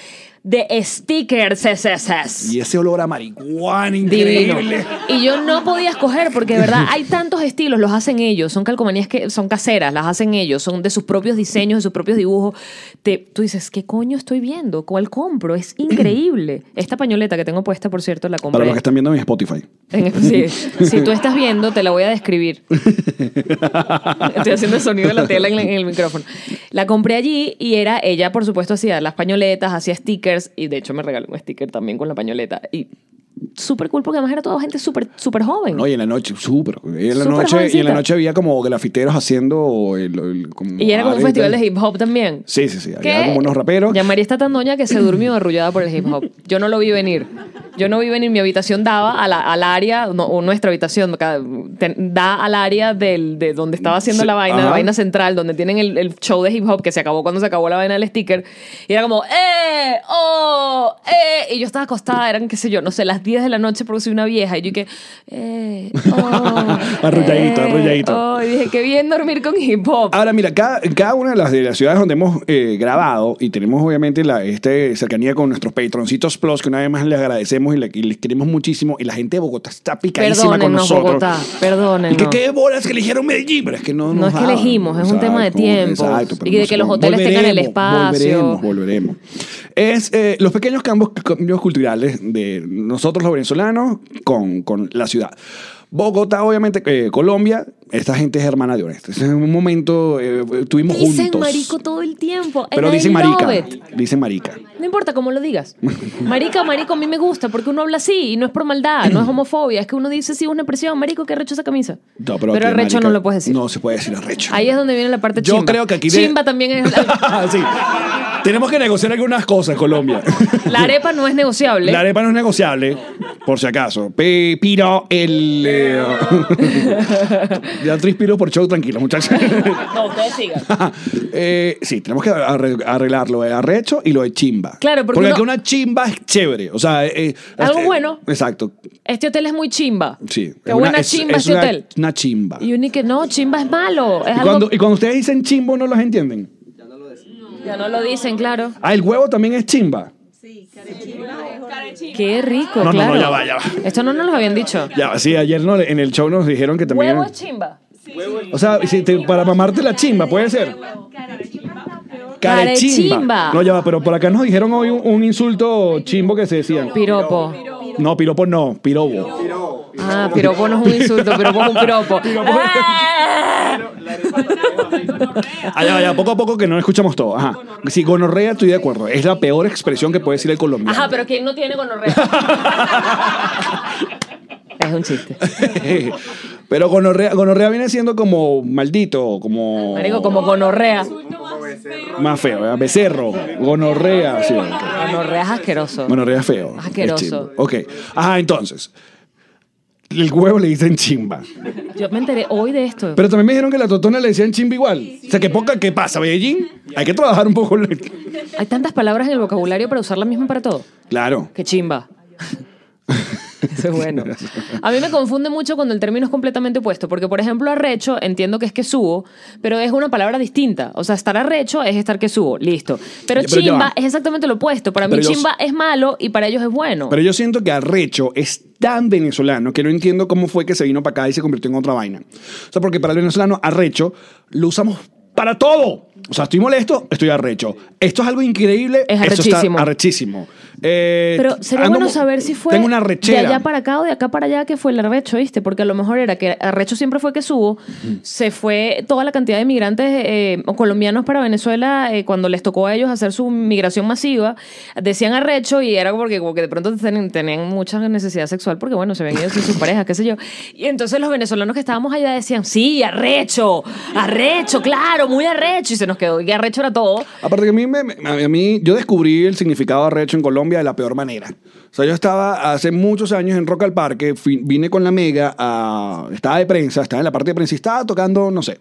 de stickers. es, es, es. Y ese olor a marihuana Divino. increíble. Y yo no podía escoger porque de verdad hay tantos estilos, los hacen ellos, son calcomanías que son caseras, las hacen ellos, son de sus propios diseños, de sus propios dibujos. Te, tú dices, ¿qué coño estoy viendo? ¿Cuál compro? Es increíble. Esta pañoleta que tengo puesta, por cierto, la Para compré. los que están viendo mi Spotify. en- sí. si tú estás viendo, te la voy a describir. Estoy haciendo el sonido de la tela en, la- en el micrófono. La compré allí y era ella, por supuesto, hacía las pañoletas, hacía stickers y de hecho me regaló un sticker también con la pañoleta. Y súper cool porque además era toda gente súper súper joven. No, y en la noche, súper. Y en la Súper noche, y en jovencita. la noche había como grafiteros haciendo el, el- como y era como bares un y festival tal. de hip hop también. Sí, sí, sí. Había Que como unos raperos. Ya María está tan doña que se durmió arrullada por el hip hop. Yo no lo vi venir. Yo no vi venir. Mi habitación daba a la- al área, no, o nuestra habitación, cada- ten- da al área del, de donde estaba haciendo Sí, la vaina, ajá. la vaina central, donde tienen el, el show de hip hop que se acabó cuando se acabó la vaina del sticker. Y era como, ¡eh! ¡oh! ¡eh! Y yo estaba acostada, eran, qué sé yo, no sé, las 10 de la noche porque soy una vieja. Y yo que, ¡eh! ¡oh! Arrulladito, eh, arrulladito. Ah, oh". Y dije, ¡qué bien dormir con hip hop! Ahora, mira, cada, cada una de las, de las ciudades donde hemos eh, grabado y tenemos obviamente la este, cercanía con nuestros patroncitos plus, que una vez más les agradecemos y, le- y les queremos muchísimo. Y la gente de Bogotá está picadísima con Perdónennos, nosotros. Bogotá, perdónenos. Y que qué bolas que eligieron Medellín, pero es que no No nos es que daban. elegimos, es un tema de tiempos. exacto, pero Y de que los hoteles tengan el volveremos, espacio. Volveremos, volveremos. Es eh, los pequeños cambios, cambios culturales de nosotros los venezolanos con, con la ciudad. Bogotá, obviamente, eh, Colombia, esta gente es hermana de Oreste. En un momento eh, estuvimos juntos. Dicen marico todo el tiempo. And Pero I dicen love marica. it. Dicen marica. No importa cómo lo digas. Marica, marico, a mí me gusta porque uno habla así y no es por maldad, no es homofobia. Es que uno dice, sí, es una expresión, marico, qué arrecho esa camisa. No, pero pero aquí, arrecho marica, no lo puedes decir. No se puede decir arrecho. Ahí es donde viene la parte Yo chimba. creo que aquí de- Ah, Chimba también es... La, sí. Tenemos que negociar algunas cosas, Colombia. la arepa no es negociable. La arepa no es negociable, por si acaso. Pe- Piro el. eh, ya tres piros por show, tranquilo, muchachos. No, ustedes sigan. Eh, sí, tenemos que arre- arreglar lo de arrecho y lo de chimba. Claro, porque Porque uno- aquí una chimba es chévere. O sea, eh, Algo eh, bueno. Exacto, Este hotel es muy chimba. sí. Qué Es buena es- chimba es este una- hotel. Una chimba. Y uno que no, chimba es malo. Es Y algo... cuando, y cuando ustedes dicen chimbo, no los entienden. Ya no lo dicen, claro. Ah, el huevo también es chimba. Qué rico, No, no, no, claro. ya va, ya va. Esto no nos lo habían dicho. Ya, sí, ayer no, en el show nos dijeron que también. Huevo es chimba. O sea, si te- para mamarte la chimba, puede ser. Carechimba. No, ya va, pero por acá nos dijeron hoy un, un insulto chimbo que se decían. Piropo. No, piropo no, pirobo. Ah, piropo no es un insulto, piropo es un piropo. Ah. Allá, allá, poco a poco que no lo escuchamos todo. Ajá. Sí, gonorrea, estoy de acuerdo. Es la peor expresión que puede decir el colombiano. Ajá, pero ¿quién no tiene gonorrea? es un chiste. Pero gonorrea, gonorrea viene siendo como maldito, como. Marico, como gonorrea. Más feo, ¿verdad? becerro, gonorrea. sí. Gonorrea es asqueroso. Gonorrea es feo. es Asqueroso. chimbo. ok. Ajá, entonces. El huevo le dicen chimba. Yo me enteré hoy de esto. Pero también me dijeron que la totona le decían chimba igual. O sea, que poca, ¿qué pasa, Medellín? Hay que trabajar un poco. la- Hay tantas palabras en el vocabulario para usar la misma para todo. Claro. Que chimba. Eso es bueno. A mí me confunde mucho cuando el término es completamente opuesto, porque por ejemplo arrecho entiendo que es que subo, pero es una palabra distinta. O sea, estar arrecho es estar que subo, listo. Pero Ya, pero ya chimba va. es exactamente lo opuesto. Para mí Pero yo- chimba es malo y para ellos es bueno. Pero yo siento que arrecho es tan venezolano que no entiendo cómo fue que se vino para acá y se convirtió en otra vaina. O sea, porque para el venezolano, arrecho lo usamos para todo. O sea, estoy molesto, estoy arrecho. Esto es algo increíble. Es esto está arrechísimo. arrechísimo. Eh, Pero sería ando bueno mo- saber si fue Tengo una de arrechera. allá para acá o de acá para allá que fue el arrecho, ¿viste? Porque a lo mejor era que arrecho siempre fue que subo, se fue toda la cantidad de migrantes eh, colombianos para Venezuela eh, cuando les tocó a ellos hacer su migración masiva, decían arrecho y era porque, como que de pronto ten- tenían mucha necesidad sexual porque, bueno, se ven ellos y sus parejas, qué sé yo. Y entonces los venezolanos que estábamos allá decían, sí, arrecho, arrecho, claro, muy arrecho, y se nos quedó, y arrecho era todo. Aparte que a mí, me- me- a mí, yo descubrí el significado de arrecho en Colombia de la peor manera. O sea, yo estaba hace muchos años en Rock al Parque, fui- vine con la mega, a, estaba de prensa, estaba en la parte de prensa y estaba tocando, no sé,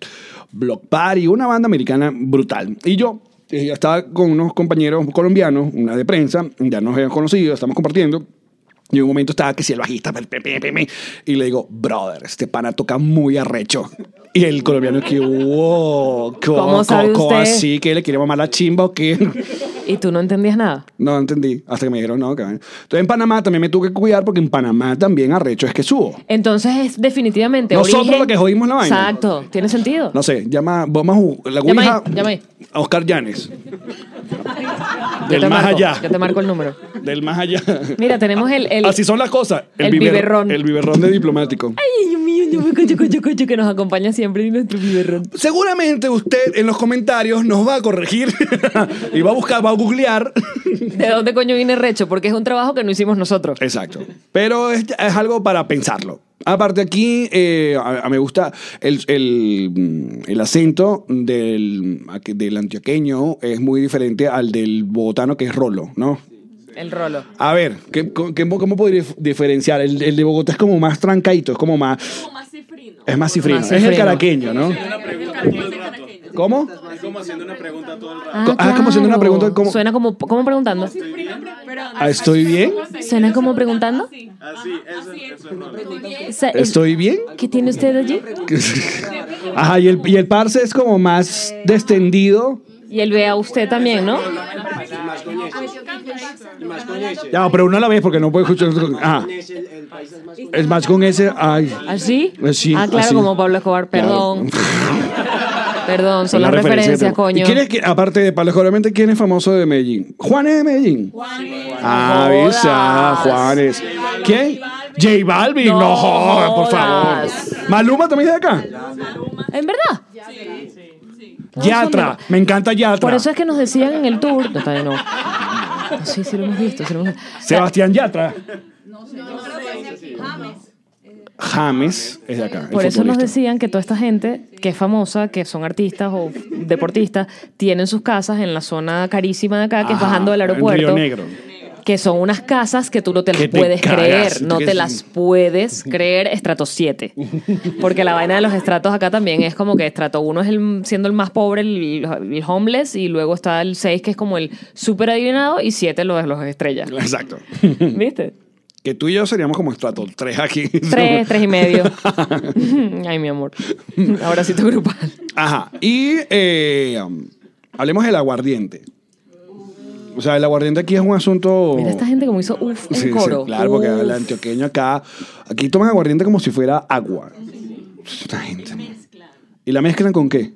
Block Party, una banda americana brutal. Y yo eh, estaba con unos compañeros colombianos, una de prensa, ya nos habían conocido, estamos compartiendo. Y en un momento estaba que si el bajista, pe, pe, pe, pe, pe. y le digo, brother, este pana toca muy arrecho. Y el colombiano que, wow, ¿cómo, ¿Cómo cómo- sabe cómo usted? así? ¿Que le quiere mamar la chimba o qué? Y tú no entendías nada. No entendí, hasta que me dijeron, no, que vaina. Entonces en Panamá también me tuve que cuidar porque en Panamá también arrecho es que subo. Entonces es definitivamente Nosotros origen- lo que jodimos la vaina. Exacto, tiene sentido. No sé, llama, vamos a ju- la Llama Ouija- ahí, llama ahí. a Oscar Llanes. yo te Del más marco, allá. Yo te marco el número. Del más allá. Mira, tenemos el- el- Así son las cosas. el biber- biberrón. El biberrón de diplomático. Ay, Dios mío, yo, cocho, cocho, cocho, que nos acompaña siempre en nuestro biberrón. Seguramente usted en los comentarios nos va a corregir y va a buscar, va a googlear. ¿De dónde coño viene Recho? Porque es un trabajo que no hicimos nosotros. Exacto. Pero es, es algo para pensarlo. Aparte aquí, eh, a- a- me gusta el, el, mm, el acento del, aqu- del antioqueño es muy diferente al del bogotano que es rolo, ¿no? El rolo. A ver, ¿qué- co- qué- ¿cómo podría dif- diferenciar? El, el de Bogotá es como más trancaito, es como más... Es más cifrino. Más es el cifrino. caraqueño, ¿no? ¿Cómo? Ah, Co- ah, como haciendo una pregunta, ¿cómo? Suena como, como preguntando. Ah, ¿Estoy bien? Suena como preguntando. Esa- es- ¿Estoy bien? ¿Qué tiene usted allí? Ajá, y el, y el parce es como más descendido. Y él ve a usted también, ¿no? Ya, pero una a la vez porque no puedo escuchar. Ajá. Es más con ese. Ay. ¿Así? Eh, Sí, ah, claro, así. como Pablo Escobar, perdón. Perdón, son Una las referencia referencias, de- ¿Y coño. quién es que, aparte de Pablo Escobar, obviamente, quién es famoso de Medellín? Juan es de Medellín. Ah, Jodas. avisa, Juanes. ¿Quién? J Balvin. No, No jodas, por favor. jodas. Maluma también es de acá. ¿En verdad? Yatra. Me encanta Yatra. Por eso es que nos decían en el tour. No, todavía no. Sí, sí lo hemos visto. Sí lo hemos visto. Sebastián Yatra. James es de acá. el Por eso nos futbolista. decían que toda esta gente que es famosa, que son artistas o deportistas, tienen sus casas en la zona carísima de acá, que es Ajá, bajando del Ah, en aeropuerto. Río Negro. Que son unas casas que tú no te las Que te puedes cagas, creer. tú No que te es- las puedes creer, estrato 7. Porque la vaina de los estratos acá también es como que estrato 1 es el, siendo el más pobre, el, el homeless, y luego está el 6 que es como el súper adivinado, y 7 lo de los estrellas. Exacto. ¿Viste? Que tú y yo seríamos como estrato 3 aquí. Tres, tres y medio. Ay, mi amor. Ahora sí tu grupal. Ajá. Y eh, um, hablemos del aguardiente. O sea, el aguardiente aquí es un asunto. Mira esta gente como hizo uff en Sí, sí, coro. claro, porque Uf. el antioqueño acá. Aquí toman aguardiente como si fuera agua. Esta gente. ¿no? ¿Y la mezclan con qué?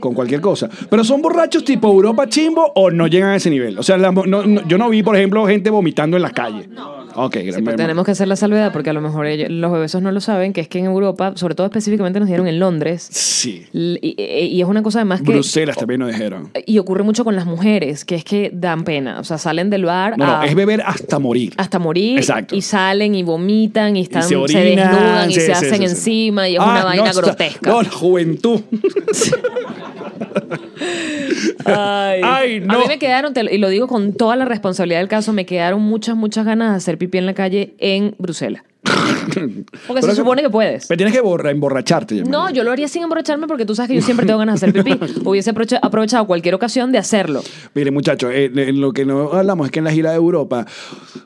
Con cualquier cosa. Pero son borrachos tipo Europa chimbo o no llegan a ese nivel. O sea, la mo- no- no- yo no vi, por ejemplo, gente vomitando en las calles. No, Ok, Sí, pero tenemos que hacer la salvedad porque a lo mejor ellos- los bebesos no lo saben, que es que en Europa, sobre todo específicamente nos dieron en Londres, Sí. l- y, y- y es una cosa además que... Bruselas también nos dijeron. Y ocurre mucho con las mujeres, que es que dan pena, o sea, salen del bar No, no, a- es beber hasta morir. Ah, hasta morir Exacto. y salen y vomitan y, están, Y se, orinan, desnudan y sí, se sí, hacen sí, sí. encima y es Ah, una no, vaina está- grotesca. No, la juventud. Ay. Ay, A no. mí me quedaron, te lo- y lo digo con toda la responsabilidad del caso, me quedaron muchas, muchas ganas de hacer pipí en la calle en Bruselas. Porque se Pero supone que puedes. Pero tienes que borra- emborracharte. Yamile. No, yo lo haría sin emborracharme porque tú sabes que yo siempre tengo ganas de hacer pipí. Hubiese aproche- aprovechado cualquier ocasión de hacerlo. Mire, muchachos, eh, en lo que no hablamos es que en la gira de Europa,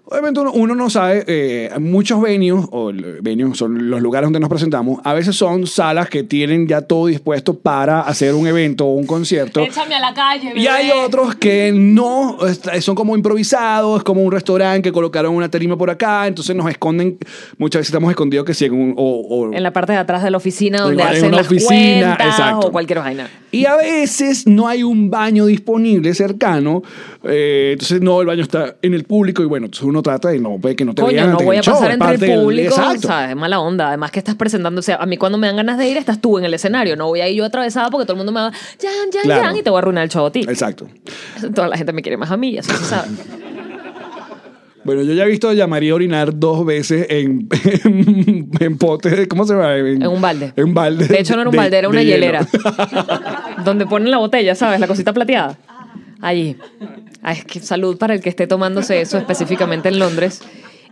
obviamente uno, uno no sabe, eh, muchos venues, o el- venues son los lugares donde nos presentamos, a veces son salas que tienen ya todo dispuesto para hacer un evento o un concierto. a la calle. Y hay otros que no, est- son como improvisados, como un restaurante que colocaron una tarima por acá, entonces nos esconden, muchas veces estamos escondidos que sí, en un- o- o- En la parte de atrás de la oficina donde Igual, en hacen una las oficina, cuentas exacto. o cualquier vaina. Y a veces no hay un baño disponible cercano, eh, entonces no, el baño está en el público y bueno, entonces uno trata de no, pues, que no te Coño, vean no antes voy del a show, pasar es entre parte el del- público, exacto. ¿sabes? Mala onda. Además que estás presentando, o sea, a mí cuando me dan ganas de ir estás tú en el escenario. No voy a ir yo atravesada porque todo el mundo me va, Jan, Jan, Claro. Jan, y te voy a arruinar el show a ti. Exacto. Toda la gente me quiere más a mí, eso se sabe. Bueno, yo ya he visto a Yamaría orinar dos veces en, en, en pote, ¿cómo se llama? En un balde. En un balde. De hecho, no era un de- balde, era una de hielo. hielera. donde ponen la botella, ¿sabes? La cosita plateada. Allí. Ay, es que salud para el que esté tomándose eso específicamente en Londres.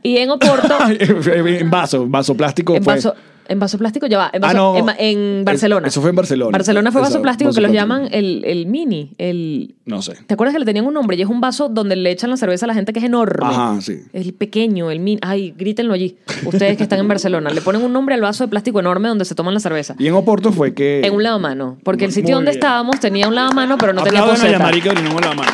Y en Oporto, Ay, en vaso, vaso plástico. en fue. vaso, en vaso plástico, ya va. En, Ah, vaso- no. en ma- en Barcelona. Eso fue en Barcelona. Barcelona fue vaso Exacto, plástico vaso que los plástico. llaman el, el mini. El, No sé. ¿Te acuerdas que le tenían un nombre? Y es un vaso donde le echan la cerveza a la gente que es enorme. Ajá, sí. El pequeño, el mini. Ay, grítenlo allí. Ustedes que están en Barcelona. Le ponen un nombre al vaso de plástico enorme donde se toman la cerveza. Y en Oporto fue que... En un lavamano. Porque el Muy sitio donde bien. estábamos tenía un lavamano, pero no tenía Aplaudan a poceta. Yamarí que orinó con la mano.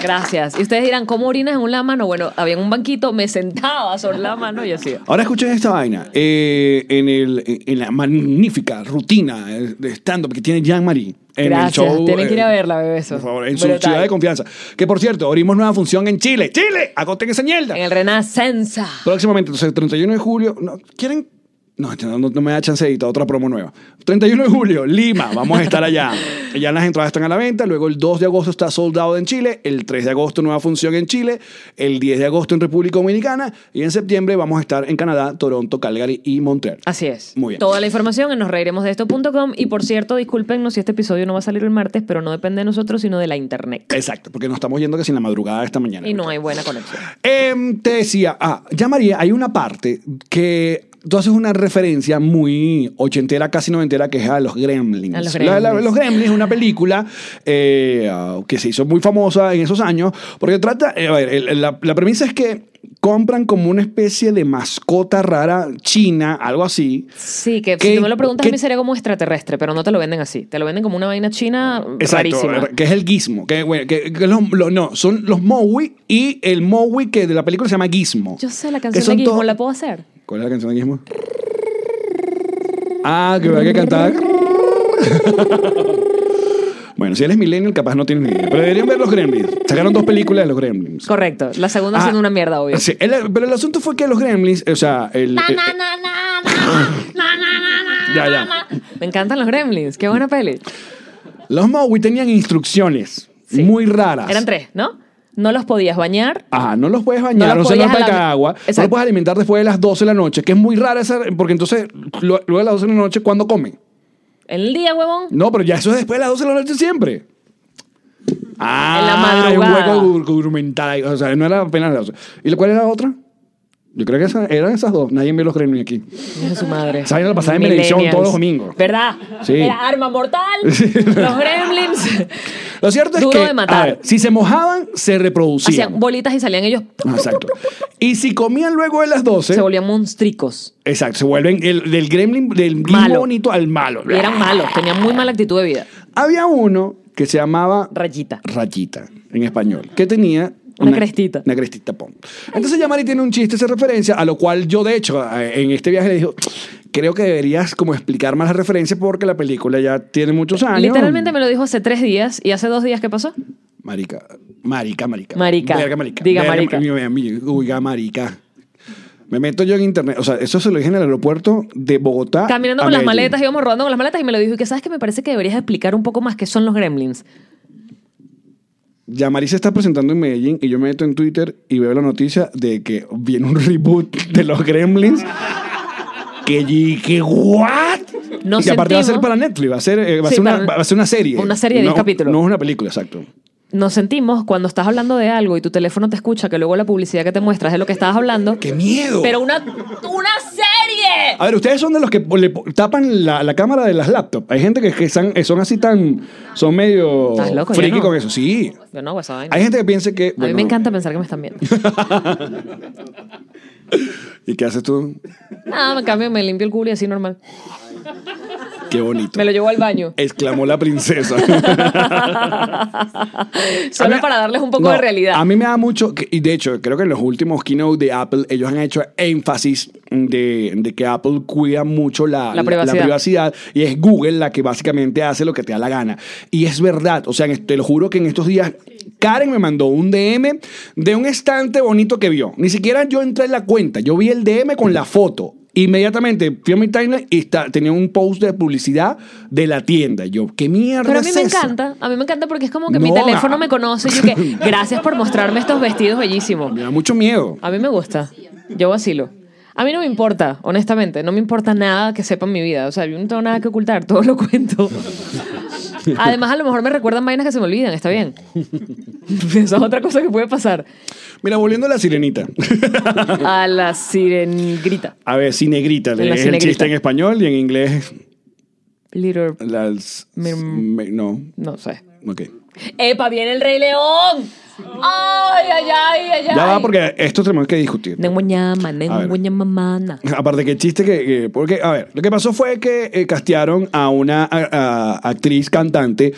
Gracias. Y ustedes dirán, ¿cómo orinas en un lavamano? Bueno, había un banquito, me sentaba sobre el lavamano y hacía. Ahora escuchen esta vaina. Eh, en, el, en la magnífica rutina de stand-up que tiene Jean-Marie en Gracias. el show. Tienen que ir a eh, verla, bebeso. Por favor, en su Brutal. ciudad de confianza. Que por cierto, abrimos nueva función en Chile. ¡Chile! Agoten esa mierda. En el Renascenza. Próximamente, entonces, 31 de julio. No, ¿Quieren? No, este, no, no me da chance de editar otra promo nueva. 31 de julio, Lima, vamos a estar allá. Ya las entradas están a la venta. Luego el 2 de agosto está sold out en Chile. El 3 de agosto, nueva función en Chile. El 10 de agosto en República Dominicana. Y en septiembre vamos a estar en Canadá, Toronto, Calgary y Montreal. Así es. Muy bien. Toda la información en nosreiremosdeesto.com. Y por cierto, discúlpenos si este episodio no va a salir el martes, pero no depende de nosotros, sino de la internet. Exacto, porque nos estamos yendo casi en la madrugada de esta mañana. Y no hay buena conexión. Em, te decía, ah, ya María, hay una parte que tú haces una referencia muy ochentera, casi noventera, que es a Los Gremlins. A Los La- la- Gremlins. los Gremlins es una película eh, ah, que se hizo muy famosa en esos años, porque trata, eh, a ver, el- la, la premisa es que compran como una especie de mascota rara china, algo así. Sí, que ¿Qué- si tú me lo preguntas qué- a mí sería como extraterrestre, pero no te lo venden así. Te lo venden como una vaina china Exacto, eh, rarísima. que es el gizmo. Que, bueno, que- que los- los- no, son los Mowi y el Mowi que de la película se llama Gizmo. Yo sé la Que canción son de Gizmo, todos- ¿la puedo hacer? ¿Cuál es la canción de Gizmo? Ah, que va que cantar. bueno, si eres millennial, capaz no tienes ni idea. Pero deberían ver los Gremlins. Sacaron dos películas de los Gremlins. Correcto. La segunda Ah, siendo una mierda, obvio. sí, el- pero el asunto fue que los Gremlins, o sea, el. eh, ya, ya. Me encantan los Gremlins. Qué buena peli. Los Maui tenían instrucciones Sí. muy raras. Eran tres, ¿no? No los podías bañar. Ajá, no los puedes bañar, no, No los se podías nota a la- acá agua, no los Exacto. puedes alimentar después de las 12 de la noche, que es muy rara esa, porque entonces, lo- luego de las 12 de la noche, ¿cuándo comen? En el día, huevón. No, pero ya eso es después de las 12 de la noche siempre. Ah, En la hay madrugada. un hueco dur- durmental. ahí, O sea, no era apenas las 12. ¿Y cuál era la otra? Yo creo que esa- eran esas dos. Nadie vio los Gremlins aquí. Hijo de su madre. Esa vaina la pasaba en Venevisión Millennials. todos los domingos. ¿Verdad? Sí. Era arma mortal. Los Gremlins. Lo cierto es Duro que de matar. a ver, si se mojaban, se reproducían. Hacían bolitas y salían ellos. Ah, Exacto. Y si comían luego de las 12, Se volvían monstricos. exacto, se vuelven el- del gremlin, del Malo. gizmo bonito al malo. Y eran malos. Tenían muy mala actitud de vida. Había uno que se llamaba Rayita. Rayita, en español, que tenía... Una crestita. Una crestita, pom. Entonces Yamari tiene un chiste, se referencia, a lo cual yo, de hecho, eh, en este viaje le digo, creo que deberías como explicar más la referencia porque la película ya tiene muchos años. Literalmente me lo dijo hace tres días. ¿Y hace dos días qué pasó? Marica, Marica, marica. Marica. Verga, marica. Diga Verga, marica. mi- mi- mi- Oiga, marica. Me meto yo en internet. O sea, eso se lo dije en el aeropuerto de Bogotá. Caminando a con las Medellín. maletas, íbamos rodando con las maletas y me lo dijo. Y que sabes que me parece que deberías explicar un poco más qué son los gremlins. Yamari se está presentando en Medellín y yo me meto en Twitter y veo la noticia de que viene un reboot de los Gremlins. Que y que what? Nos y aparte va a ser sentimos- para Netflix, va a ser, eh, va a Sí, ser una, para- va a ser una serie. Una serie de no, 10 capítulos. No es una película, exacto. Nos sentimos cuando estás hablando de algo y tu teléfono te escucha, que luego la publicidad que te muestras es de lo que estabas hablando. ¡Qué miedo! Pero una, una serie. A ver, ustedes son de los que le po- tapan la, la cámara de las laptops. Hay gente que, que son, son así tan. son medio ¿Estás loco? Yo friki no. con eso. Sí. Yo no, esa vaina. Hay gente que piensa que. a mí me encanta pensar que me están viendo. ¿Y qué haces tú? Nada, me cambio, me limpio el culo y así normal. Qué bonito. Me lo llevo al baño. Exclamó la princesa. A Solo mí- para darles un poco No, de realidad. A mí me da mucho, que- y de hecho, creo que en los últimos keynote de Apple, ellos han hecho énfasis de, de que Apple cuida mucho la, La privacidad. privacidad, y es Google la que básicamente hace lo que te da la gana. Y es verdad, o sea, en- te lo juro que en estos días. Karen me mandó un DM de un estante bonito que vio. Ni siquiera yo entré en la cuenta. Yo vi el DM con la foto. Inmediatamente fui a mi timeline y está- tenía un post de publicidad de la tienda. Yo, ¿qué mierda Pero a mí es me esa? encanta, a mí me encanta porque es como que mi No, teléfono ah. me conoce y yo que gracias por mostrarme estos vestidos bellísimos. Me da mucho miedo. A mí me gusta. Yo vacilo. A mí no me importa, honestamente. No me importa nada que sepan mi vida. O sea, yo no tengo nada que ocultar. Todo lo cuento. Además, a lo mejor me recuerdan vainas que se me olvidan. Está bien. Esa es otra cosa que puede pasar. Mira, volviendo a la sirenita. A la sirengrita. A ver, cinegrita, La es el cinegrita. chiste en español y en inglés. Little... Las, Mir- me- no, No sé. ok. ¡Epa! ¡Viene el Rey León! ¡Ay, ay, ay, ay! Ya va, ay! porque esto tenemos que discutir. Nengo ñama, A ver. nengo ñama, mana. Aparte que el chiste que, que- Porque, a ver, lo que pasó fue que eh, castearon a una a- a- actriz cantante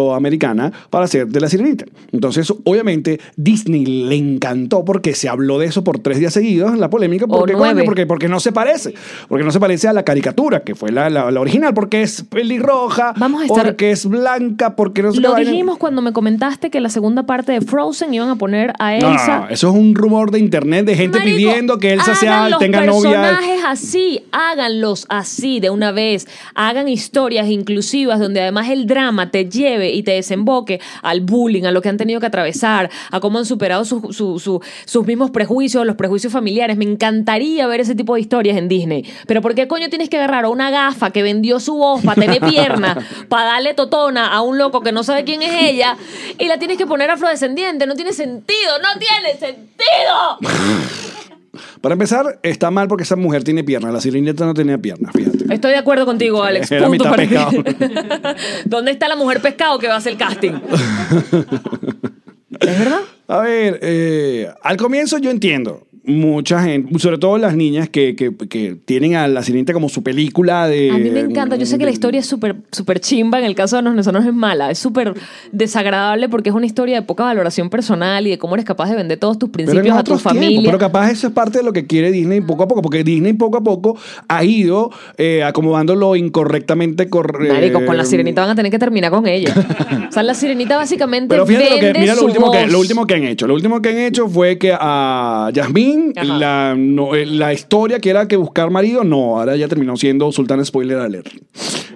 afroamericana para hacer de la sirenita. Entonces, obviamente, Disney le encantó porque se habló de eso por tres días seguidos, la polémica. Porque, nueve. coño, porque, porque no se parece. Porque no se parece a la caricatura, que fue la, la- la original. Porque es pelirroja, Vamos a estar- porque es blanca, porque no se Lo dijimos cuando me comentaste que la segunda parte de Frozen iban a poner a No, no, Elsa. no, eso es un rumor de internet de gente Marico, pidiendo que Elsa hagan sea, los tenga novia. personajes así, háganlos así de una vez. Hagan historias inclusivas donde además el drama te lleve y te desemboque al bullying, a lo que han tenido que atravesar, a cómo han superado sus- su- su- sus mismos prejuicios, los prejuicios familiares. Me encantaría ver ese tipo de historias en Disney. Pero ¿por qué coño tienes que agarrar a una gafa que vendió su voz para tener pierna, para darle totona a un loco que no sabe quién es ella y la tienes que poner afrodescendiente? No tiene sentido, no tiene sentido. Para empezar, está mal porque esa mujer tiene piernas. La sirenita no tenía piernas, fíjate. Estoy de acuerdo contigo, Alex. Era Punto mitad para ti. pescado. ¿Dónde está la mujer pescado que va a hacer el casting? ¿Es verdad? A ver, eh, al comienzo yo entiendo. Mucha gente, sobre todo las niñas que, que- que tienen a la sirenita como su película de. A mí me encanta. Yo sé que la historia es súper super chimba. En el caso de los venezolanos es mala. Es súper desagradable porque es una historia de poca valoración personal y de cómo eres capaz de vender todos tus Pero en principios a tu otros tiempos, familia. pero capaz eso es parte de lo que quiere Disney poco a poco, porque Disney poco a poco ha ido eh, acomodándolo incorrectamente. Cor Marico, con la eh, sirenita van a tener que terminar con ella. O sea, la sirenita básicamente Pero fíjate lo que, vende mira lo su último que, voz. lo último que han hecho. Lo último que han hecho fue que a Yasmín, Ajá. la, no- eh, la historia que era que buscar marido, no, ahora ya terminó siendo Sultana Spoiler Alert.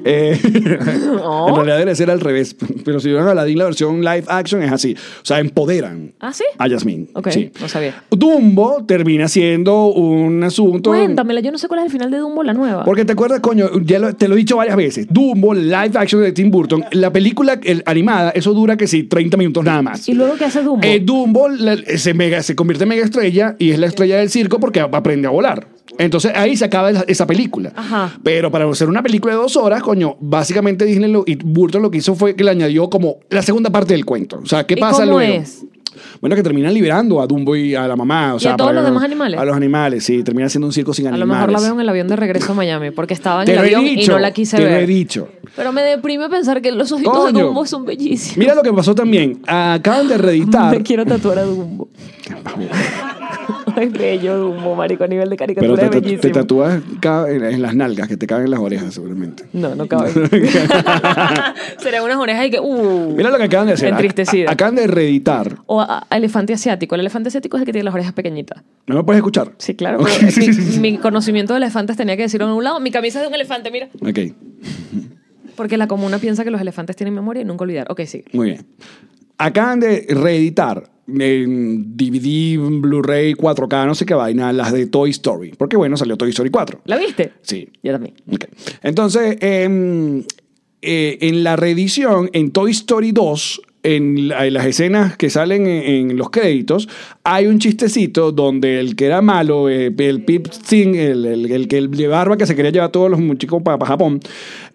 Eh, Oh. En realidad debe ser al revés. Pero si van a Aladdin, la versión live action es así. O sea, empoderan ¿Ah, sí? a Yasmín. Ok, sí. no sabía. Dumbo termina siendo un asunto. Cuéntamela. Yo no sé cuál es el final de Dumbo, la nueva. Porque te acuerdas, coño, ya lo- te lo he dicho varias veces. Dumbo, live action de Tim Burton, la película el- animada, eso dura que sí, 30 minutos nada más. ¿Y luego qué hace Dumbo? Eh, Dumbo la- se, mega, se convierte en mega estrella y es la estrella del circo porque a- aprende a volar. Entonces ahí se acaba esa, esa película. Ajá. Pero para hacer una película de dos horas, coño, básicamente Disney lo- y Burton lo que hizo fue que le añadió como la segunda parte del cuento. O sea, ¿qué ¿Y pasa cómo luego? es? Bueno, que terminan liberando a Dumbo y a la mamá. O ¿Y sea, a todos para- los demás animales? A los animales, sí. Termina siendo un circo sin A lo animales. mejor la veo en el avión de regreso a Miami porque estaba en Te el lo he avión y dicho, no la quise te lo ver. he dicho. Pero me deprime pensar que los ojitos de Coño. Dumbo son bellísimos. Mira lo que pasó también. Acaban de reeditar. Me quiero tatuar a Dumbo. Ay, bello, humo, marico, a nivel de caricatura Pero te, es te- te bellísimo. tatúas ca- en, en las nalgas, que te caben en las orejas, seguramente. No, no cabe. Serían unas orejas y que, uh. Mira lo que acaban de hacer. Ac- Entristecida. a- acaban de reeditar. O a- a elefante asiático. El elefante asiático es el que tiene las orejas pequeñitas. ¿No me puedes escuchar? Sí, claro. Ok. pero eh, mi, mi conocimiento de elefantes tenía que decirlo en un lado. Mi camisa es de un elefante, mira. Ok, Porque la comuna piensa que los elefantes tienen memoria y nunca olvidar. Ok, sí. muy bien. Acaban de reeditar en DVD, Blu-ray, 4K, no sé qué vaina, las de Toy Story. Porque bueno, salió Toy Story 4. ¿La viste? Sí. Yo también. Ok. Entonces, em, eh, en la reedición, en Toy Story 2, en, la- en las escenas que salen en, en los créditos, hay un chistecito donde el que era malo, eh, el Pip Sing, el, el, el que- el de barba que se quería llevar a todos los muchachos para, Japón,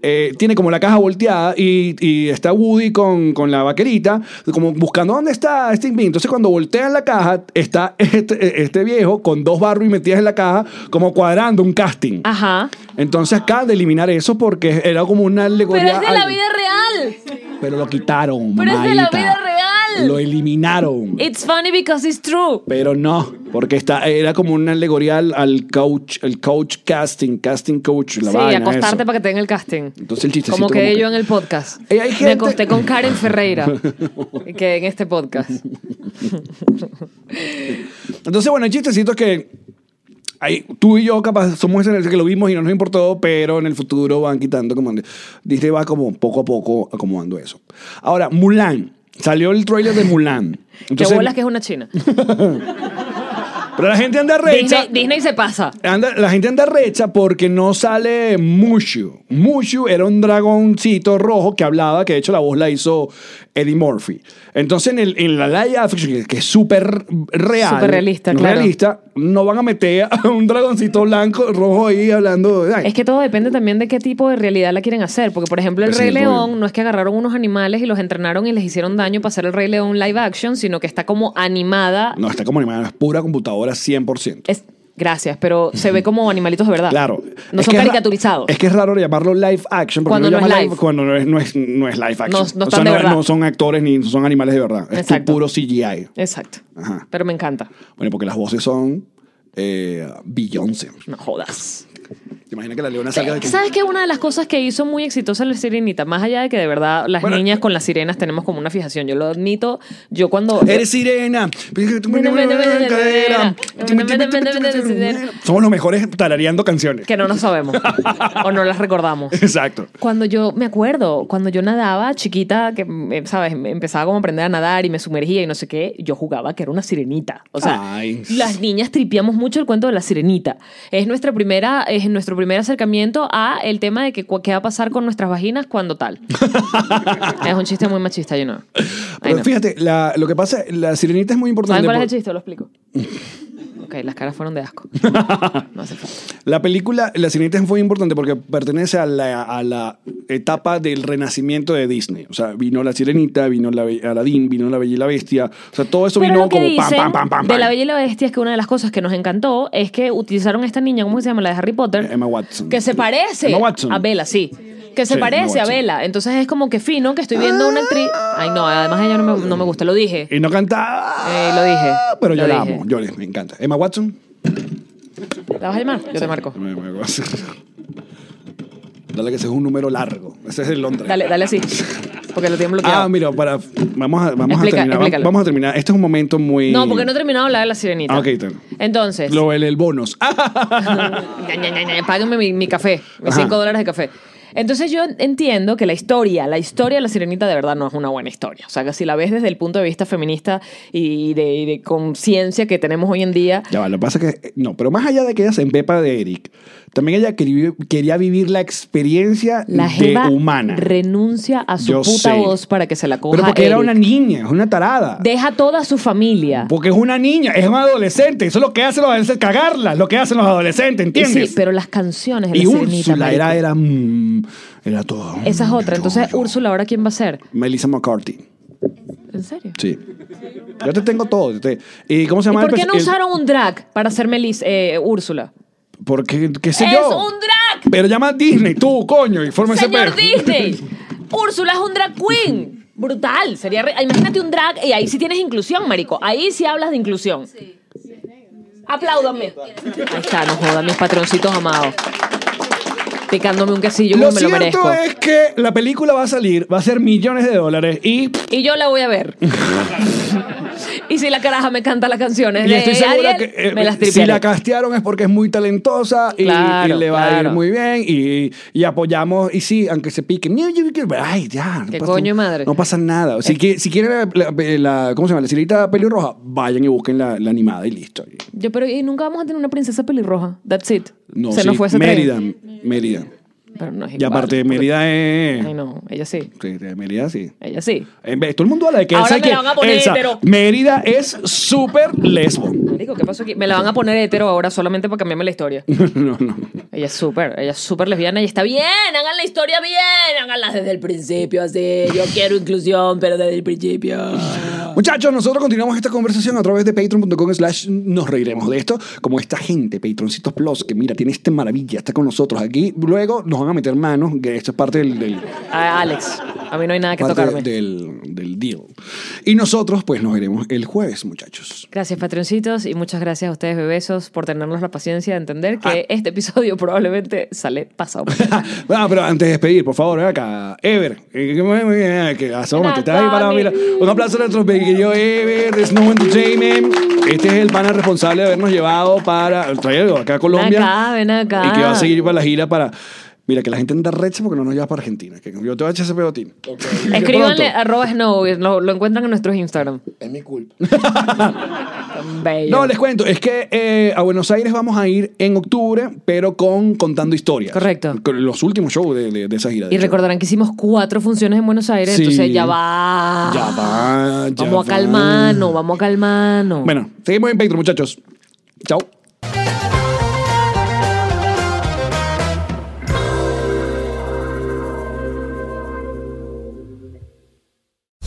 eh, tiene como la caja volteada y, y está Woody con, con la vaquerita, como buscando dónde está Sting Bean. Entonces, cuando voltean la caja, está este, este viejo con dos Barbie metidas en la caja, como cuadrando un casting. Ajá. Entonces acá de eliminar eso porque era como una Pero alegoría. es de la al- vida real. Pero lo quitaron. Pero es de la mamadita. vida real. Lo eliminaron. It's funny because it's true. pero no, porque está, era como una alegoría al, al coach, el coach casting, casting coach, la sí, vaina, acostarte eso. para que te den el casting. Entonces el chistecito Como como quedé que- yo en el podcast. Eh, hay gente- Me acosté con Karen Ferreira. que en este podcast. Entonces, bueno, hay chistecitos que hay- tú y yo capaz somos ese que lo vimos y no nos importó, pero en el futuro van quitando como Disney va como poco a poco acomodando eso. Ahora, Mulan. Salió el trailer de Mulan. Que Entonces, bolas que es una china. Pero la gente anda recha. Disney, Disney se pasa. Anda- la gente anda recha porque no sale Mushu. Mushu era un dragoncito rojo que hablaba, que de hecho la voz la hizo Eddie Murphy. Entonces en, el, en la live action, que- que es súper real, Súper realista, claro. realista, no van a meter a un dragoncito blanco, rojo ahí hablando. ay. Es que todo depende también de qué tipo de realidad la quieren hacer. Porque, por ejemplo, el Pues Rey sí, León obvio. no es que agarraron unos animales y los entrenaron y les hicieron daño para hacer el Rey León live action, sino que está como animada. No, está como animada, es pura computadora 100%. Es- gracias, pero se ve como animalitos de verdad. Claro. No Es son que es ra- caricaturizados. Es que es raro llamarlo live action. porque Cuando lo no es llaman live. Cuando no es, no es, no es live action. No- no o sea, están de no, verdad. no son actores ni son animales de verdad. Es tu Exacto. puro CGI. Exacto. Ajá. Pero me encanta. Bueno, porque las voces son eh, Beyoncé. No jodas. ¿Te imaginas que la leona salga de aquí? ¿Sabes qué? Una de las cosas que hizo muy exitosa la sirenita, más allá de que de verdad las Bueno, eh, niñas con las sirenas tenemos como una fijación, yo lo admito, yo cuando... Eres sirena. Somos los mejores tarareando canciones. Que no nos sabemos. o no las recordamos. Exacto. Cuando yo, me acuerdo, cuando yo nadaba chiquita, que, eh, ¿sabes? Me Empezaba como a aprender a nadar y me sumergía y no sé qué, yo jugaba que era una sirenita. O sea, Ay. las niñas tripiamos mucho el cuento de la sirenita. Es, nuestra primera, es nuestro primer acercamiento a el tema de que, cu- qué va a pasar con nuestras vaginas cuando tal. es un chiste muy machista, yo no. Ay, Pero no. fíjate, la- lo que pasa, la sirenita es muy ¿Saben importante. cuál es el por- chiste? Lo explico. ok, las caras fueron de asco. No hace falta. La película La Sirenita es muy importante porque pertenece a la, a la etapa del renacimiento de Disney. O sea, vino La Sirenita, vino la Be- Aladdin, vino La Bella y la Bestia. O sea, todo eso Pero vino lo que como dicen pam, pam, pam, pam, de pam. La Bella y la Bestia es que una de las cosas que nos encantó es que utilizaron a esta niña, ¿cómo se llama? La de Harry Potter. Emma Watson. Que se parece Emma Watson. a Bella, sí. Que se Sí, parece Emma a Watson. Bella. Entonces es como que fino que estoy viendo a una actriz. Ay, no, además ella no me, no me gusta, lo dije. Y no cantaba. Eh, lo dije, Pero yo lo la dije. amo. Yo le- me encanta. Emma Watson. ¿La vas a llamar? Yo te marco. Emma Watson. Dale que ese es un número largo. Ese es de Londres. Dale, dale así. Porque lo tienen bloqueado. Ah, mira, para, vamos, a, vamos Explica- a terminar. explícalo. Vamos a terminar. Este es un momento muy. no, porque no he terminado de hablar de la sirenita. Ah, ok, está bien. Entonces, Lo el, el bonus. Ña, ña, ña, ña, páguenme mi, mi café, mis Ajá. 5 dólares de café. Entonces yo entiendo que la historia, la historia de la sirenita de verdad no es una buena historia. O sea, que si la ves desde el punto de vista feminista y de, y de conciencia que tenemos hoy en día, Ya va, lo que pasa es que. eh, No, pero más allá de que ella se empepa de Eric, también ella quería, quería vivir la experiencia la de jeva humana. renuncia a su Yo puta sé. voz para que se la coja Pero porque era Eric. una niña, es una tarada. Deja toda su familia. Porque es una niña, es una adolescente. Eso es lo que hacen los adolescentes, cagarla, lo que hacen los adolescentes, Y ¿entiendes? Sí, pero las canciones de Y la sirenita. Úrsula era, marico. era, mm, era todo. Esa es mm, otra. todo Entonces, yo. Úrsula, ¿ahora quién va a ser? Melissa McCarthy. ¿En serio? Sí. Yo te tengo todo. te- ¿Y cómo se ¿Y llama el por qué perso- no el- usaron un drag para hacer Melis, eh, Úrsula? Porque, qué sé ¡Es yo. un drag! Pero llama a Disney, tú, coño, y forma ese Señor perro. Disney, Úrsula es un drag queen. Brutal. Sería re- Imagínate un drag y ahí sí tienes inclusión, marico. Ahí sí hablas de inclusión. Apláudanme. Ahí está, no jodan mis patroncitos amados. Picándome un quesillo, Lo como me lo cierto merezco. es que la película va a salir, va a ser millones de dólares y Y yo la voy a ver. y si la caraja me canta las canciones Y de estoy segura Ariel, que eh, me las si tripearé. la castearon es porque es muy talentosa y, Claro, y le va a claro. ir muy bien y, y apoyamos. Y sí, aunque se pique, "Miau, miau, miau", ay, ya. no ¿Qué pasa- coño, madre? Eh. No pasa nada. Si, qui- si quieren la, la- la- ¿cómo se llama? La cirita pelirroja, vayan y busquen la, la animada y listo. Yo, pero y nunca vamos a tener una princesa pelirroja. That's it. No, Se sí, nos fue ese tren. Mérida, Mérida. Pero no es Y igual, aparte, porque- Mérida es... Ay, no, ella sí. Sí, de Mérida sí. Ella sí. En vez, todo el mundo habla de que Ahora Elsa, me que la van a poner Elsa, hetero. Mérida es súper lesbo. Marico, ¿qué pasó aquí? Me la van a poner hetero ahora solamente para cambiarme la historia. no, no. Ella es súper, ella es súper lesbiana y está bien, hagan la historia bien, háganla desde el principio así. Yo quiero inclusión, pero desde el principio. Muchachos, nosotros continuamos esta conversación a través de patreon.com slash nos reiremos de esto, como esta gente, Patroncitos Plus, que mira, tiene esta maravilla, está con nosotros aquí, luego nos van a meter manos, que esto es parte del, del- A- Alex, a mí no hay nada que parte tocarme. del, del deal. Y nosotros, pues nos veremos el jueves, muchachos. Gracias, patroncitos, y muchas gracias a ustedes, bebesos, por tenernos la paciencia de entender que Ah. este episodio probablemente sale pasado. Ah, pero antes de despedir, por favor, ven acá. Ever, eh, que asómate, está ahí parado, mira. Un aplauso a nuestro pequeño Ever de Snow Entertainment. Este es el pana responsable de habernos llevado para, traerlo acá a Colombia. acá, ven acá. Y que va a seguir para la gira para... Mira, que la gente anda recha porque no nos lleva para Argentina. Que yo te voy a echar ese pegotín. Escríbanle Pronto. arroba snow, lo, lo encuentran en nuestros Instagram. Es mi culpa. Tan Bello. No, les cuento, es que eh, a Buenos Aires vamos a ir en octubre, pero con Contando Historias. Correcto. Con los últimos shows de, de- de esa gira. de Y hecho. recordarán que hicimos cuatro funciones en Buenos Aires, Sí. entonces ya va. Ya va, ya Vamos a va. calmarnos, vamos a calmarnos. Bueno, seguimos en Patreon, muchachos. Chao.